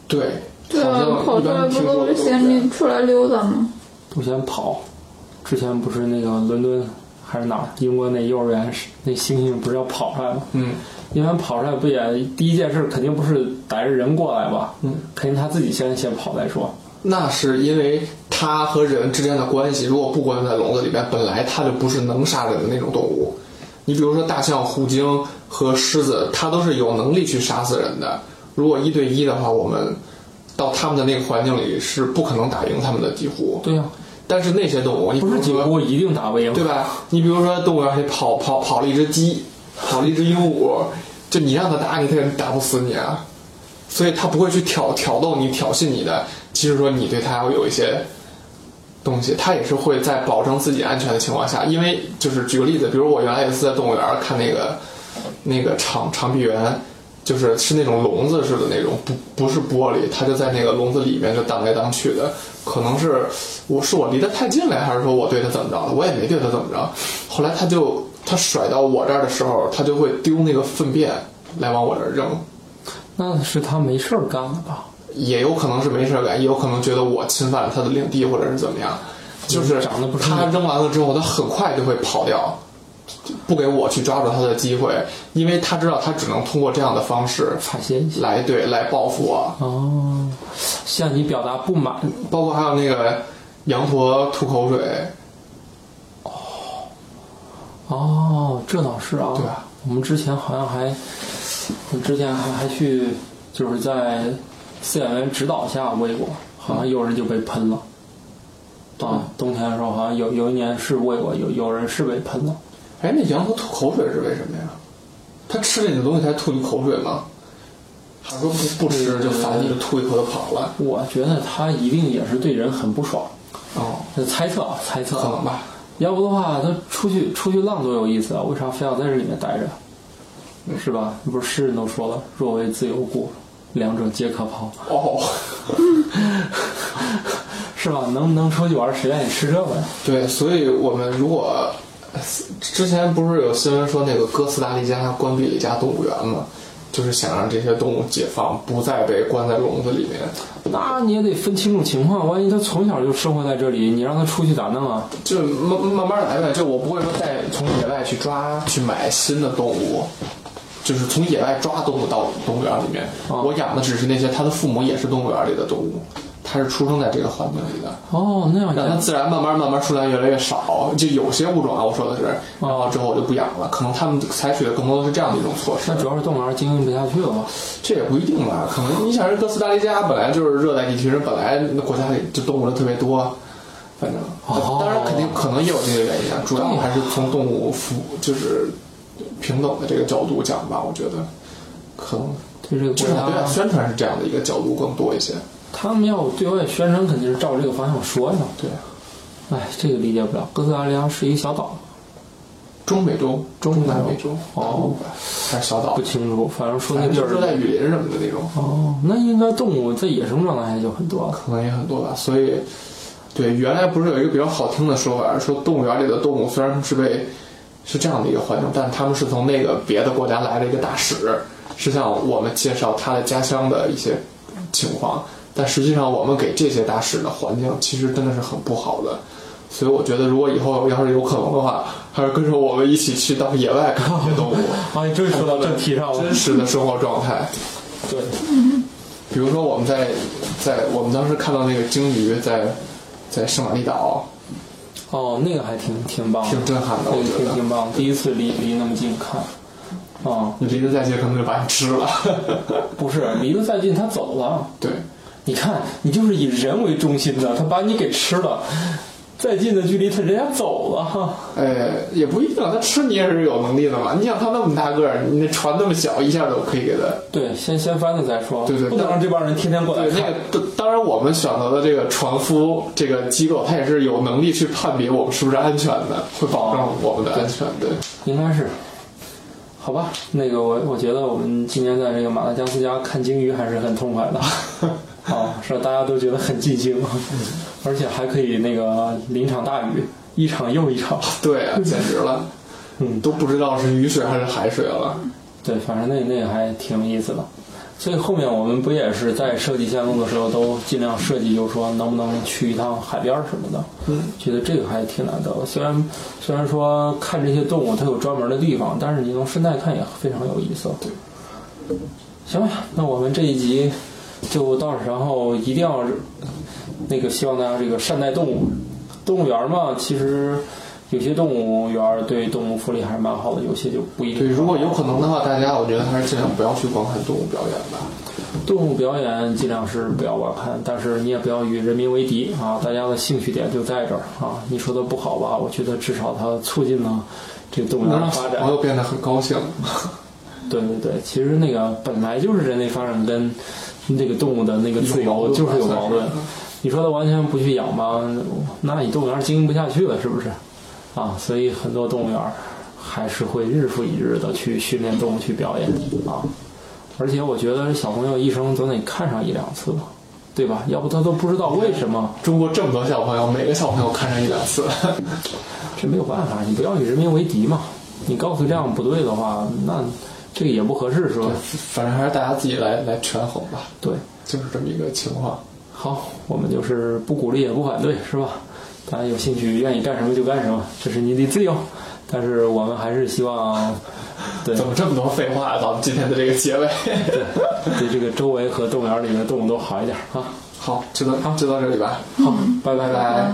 [SPEAKER 3] 对，
[SPEAKER 2] 对
[SPEAKER 3] 好
[SPEAKER 2] 啊，跑
[SPEAKER 3] 像一
[SPEAKER 2] 出来
[SPEAKER 3] 般
[SPEAKER 2] 不
[SPEAKER 3] 听说
[SPEAKER 2] 都
[SPEAKER 3] 的
[SPEAKER 2] 是
[SPEAKER 3] 这
[SPEAKER 2] 嫌
[SPEAKER 3] 样
[SPEAKER 2] 你出来溜达吗？
[SPEAKER 4] 都先跑。之前不是那个伦敦还是哪儿，英国那幼儿园是那猩猩不是要跑出来吗？
[SPEAKER 3] 嗯，
[SPEAKER 4] 一般跑出来不也第一件事肯定不是逮着人过来吧？
[SPEAKER 3] 嗯，
[SPEAKER 4] 肯定他自己先先跑再说。
[SPEAKER 3] 那是因为它和人之间的关系，如果不关在笼子里面，本来它就不是能杀人的那种动物。你比如说大象、虎鲸和狮子，它都是有能力去杀死人的。如果一对一的话，我们到它们的那个环境里是不可能打赢它们的，几乎。
[SPEAKER 4] 对呀、
[SPEAKER 3] 但是那些动物，你比
[SPEAKER 4] 不
[SPEAKER 3] 如
[SPEAKER 4] 是
[SPEAKER 3] 说
[SPEAKER 4] 几乎一定打不赢。
[SPEAKER 3] 对吧？你比如说动物园里跑跑跑了一只鸡，跑了一只鹦鹉，就你让它打你，它也打不死你啊。所以它不会去挑挑逗你、挑衅你的。即使说你对它有一些东西，它也是会在保证自己安全的情况下。因为就是举个例子，比如我原来有一次在动物园看那个那个长长臂猿。就是是那种笼子似的那种，不不是玻璃，它就在那个笼子里面就荡来荡去的。可能是我是我离得太近了，还是说我对它怎么着了？我也没对它怎么着。后来它就它甩到我这儿的时候，它就会丢那个粪便来往我这儿扔，
[SPEAKER 4] 那是他没事儿干了吧？
[SPEAKER 3] 也有可能是没事儿干，也有可能觉得我侵犯了它的领地或者是怎么样。就是
[SPEAKER 4] 长得不是
[SPEAKER 3] 它
[SPEAKER 4] 你
[SPEAKER 3] 扔完了之后，它很快就会跑掉，就不给我去抓住它的机会，因为它知道它只能通过这样的方式
[SPEAKER 4] 发泄一下。
[SPEAKER 3] 来对来报复我。
[SPEAKER 4] 哦，向你表达不满，
[SPEAKER 3] 包括还有那个羊驼吐口水，
[SPEAKER 4] 哦，这倒是啊。
[SPEAKER 3] 对吧
[SPEAKER 4] 我们之前好像还，我之前还还去，就是在饲养员指导下喂过，好像有人就被喷了。啊，冬天的时候好像有有一年是喂过，有有人是被喷了。
[SPEAKER 3] 哎，那羊驼吐口水是为什么呀？它吃了你的东西才吐你口水吗？还是说不不吃就烦你就吐一口就跑了？
[SPEAKER 4] 我觉得他一定也是对人很不爽，
[SPEAKER 3] 哦，
[SPEAKER 4] 猜测啊，猜测
[SPEAKER 3] 可能
[SPEAKER 4] 啊。
[SPEAKER 3] 吧。
[SPEAKER 4] 要不的话，他出去出去浪多有意思啊，为啥非要在这里面待着？是吧？不是诗人都说了，若为自由故，两者皆可抛。
[SPEAKER 3] 哦，
[SPEAKER 4] 是吧？能能出去玩，谁愿意吃这个呀？
[SPEAKER 3] 对，所以我们如果之前不是有新闻说那个哥斯达黎加关闭了一家动物园吗？就是想让这些动物解放，不再被关在笼子里面。
[SPEAKER 4] 那你也得分清楚情况，万一他从小就生活在这里，你让他出去咋弄啊？
[SPEAKER 3] 就慢慢慢来呗，就我不会说带从野外去抓去买新的动物，就是从野外抓动物到动物园里面。
[SPEAKER 4] 哦
[SPEAKER 3] 我养的只是那些它的父母也是动物园里的动物，它是出生在这个环境里的，
[SPEAKER 4] 哦，那样
[SPEAKER 3] 让它
[SPEAKER 4] 也
[SPEAKER 3] 自然慢慢慢慢数量越来越少。就有些物种啊，我说的是，然后之后我就不养了。可能他们采取的更多的是这样的一种措施
[SPEAKER 4] 那。主要是动物园经营不下去了吧？
[SPEAKER 3] 这也不一定吧，可能你想人哥斯达黎加本来就是热带地区，人本来那国家里就动物就特别多，反正、
[SPEAKER 4] 哦
[SPEAKER 3] 当然肯定可能也有这些原因啊，主要还是从动物福就是平等的这个角度讲吧，我觉得可能
[SPEAKER 4] 对这个
[SPEAKER 3] 至
[SPEAKER 4] 国
[SPEAKER 3] 少对啊外
[SPEAKER 4] 家，
[SPEAKER 3] 宣传是这样的一个角度更多一些，
[SPEAKER 4] 他们要对外宣传肯定是照这个方向说呀。
[SPEAKER 3] 对，啊
[SPEAKER 4] 哎，这个理解不了。哥斯达黎加是一个小岛，
[SPEAKER 3] 中美洲、中南美洲
[SPEAKER 4] 哦，
[SPEAKER 3] 还是小岛
[SPEAKER 4] 不，清楚，反正说
[SPEAKER 3] 反
[SPEAKER 4] 那
[SPEAKER 3] 正就
[SPEAKER 4] 地
[SPEAKER 3] 是热带
[SPEAKER 4] 儿。
[SPEAKER 3] 雨林什么的那种。
[SPEAKER 4] 哦，那应该动物在野生状态下就很多了。
[SPEAKER 3] 可能也很多吧。所以，对，原来不是有一个比较好听的说法，说动物园里的动物虽然是被是这样的一个环境，但是他们是从那个别的国家来的一个大使，是向我们介绍他的家乡的一些情况。但实际上，我们给这些大使的环境其实真的是很不好的。所以我觉得，如果以后要是有可能的话，还是跟着我们一起去到野外看这些动物，
[SPEAKER 4] 啊，你终于说到 正题上
[SPEAKER 3] 真实的生活状态。
[SPEAKER 4] 对，
[SPEAKER 3] 比如说我们在在我们当时看到那个鲸鱼在在圣马力岛，
[SPEAKER 4] 哦，那个还挺挺棒的，
[SPEAKER 3] 挺震撼的，
[SPEAKER 4] 对
[SPEAKER 3] 我觉
[SPEAKER 4] 挺
[SPEAKER 3] 得。
[SPEAKER 4] 挺棒的。第一次离离那么近看，啊，
[SPEAKER 3] 你离得再近，可能就把你吃了。
[SPEAKER 4] 不是离得再近，它走了。
[SPEAKER 3] 对，
[SPEAKER 4] 你看，你就是以人为中心的，它把你给吃了。再近的距离，它人家走了。
[SPEAKER 3] 呃，也不一定，它吃你也是有能力的嘛。你想它那么大个儿，你那船那么小，一下就可以给它。
[SPEAKER 4] 对，先先翻了再说，
[SPEAKER 3] 对对
[SPEAKER 4] 不能
[SPEAKER 3] 但
[SPEAKER 4] 让这帮人天天过来
[SPEAKER 3] 对，
[SPEAKER 4] 看。
[SPEAKER 3] 那个当当然，我们选择的这个船夫这个机构，它也是有能力去判别我们是不是安全的，会保证我们的安全。对，
[SPEAKER 4] 应该是，好吧？那个我我觉得我们今天在这个马达加斯加看鲸鱼还是很痛快 的，啊，是大家都觉得很尽兴，
[SPEAKER 3] 嗯
[SPEAKER 4] 而且还可以那个淋场大雨，一场又一场。
[SPEAKER 3] 对啊，简直了，
[SPEAKER 4] 嗯
[SPEAKER 3] 都不知道是雨水还是海水了。
[SPEAKER 4] 对，反正那那个还挺有意思的。所以后面我们不也是在设计项目的时候，都尽量设计，就是说能不能去一趟海边儿什么的。
[SPEAKER 3] 嗯，
[SPEAKER 4] 觉得这个还挺难得的。虽然虽然说看这些动物它有专门的地方，但是你从顺带看也非常有意思。对，行吧，那我们这一集就到这，然后一定要那个希望大家这个善待动物。动物园儿嘛，其实有些动物园儿对动物福利还是蛮好的，有些就不一定。
[SPEAKER 3] 对，如果有可能的话，大家我觉得还是尽量不要去观看动物表演吧。
[SPEAKER 4] 动物表演尽量是不要观看，但是你也不要与人民为敌啊！大家的兴趣点就在这儿啊！你说的不好吧？我觉得至少它促进了这个动物
[SPEAKER 3] 能
[SPEAKER 4] 园的
[SPEAKER 3] 让
[SPEAKER 4] 嗯发
[SPEAKER 3] 小
[SPEAKER 4] 展
[SPEAKER 3] 朋。友变得很高兴。
[SPEAKER 4] 对对对，其实那个本来就是人类发展跟那个动物的那个自由就是有矛盾。你说它完全不去养吧，那你动物园经营不下去了，是不是？啊，所以很多动物园还是会日复一日的去训练动物去表演啊。而且我觉得小朋友一生总得看上一两次吧，对吧？要不他都不知道为什么。
[SPEAKER 3] 中国这么多小朋友，每个小朋友看上一两次，
[SPEAKER 4] 这没有办法，你不要与人民为敌嘛。你告诉这样不对的话，那这个也不合适，是吧？
[SPEAKER 3] 反正还是大家自己来来权衡吧，
[SPEAKER 4] 对。
[SPEAKER 3] 就是这么一个情况。
[SPEAKER 4] 好，我们就是不鼓励也不反对，是吧？大家有兴趣愿意干什么就干什么，这是你的自由。但是我们还是希望，对
[SPEAKER 3] 怎么这么多废话啊？咱们今天的这个结尾，
[SPEAKER 4] 对这个周围和动物园里面的动物都好一点啊。
[SPEAKER 3] 好，就到就到这里吧，
[SPEAKER 4] 好，拜拜
[SPEAKER 3] 拜。拜。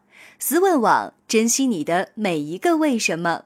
[SPEAKER 5] 思问网，珍惜你的每一个为什么。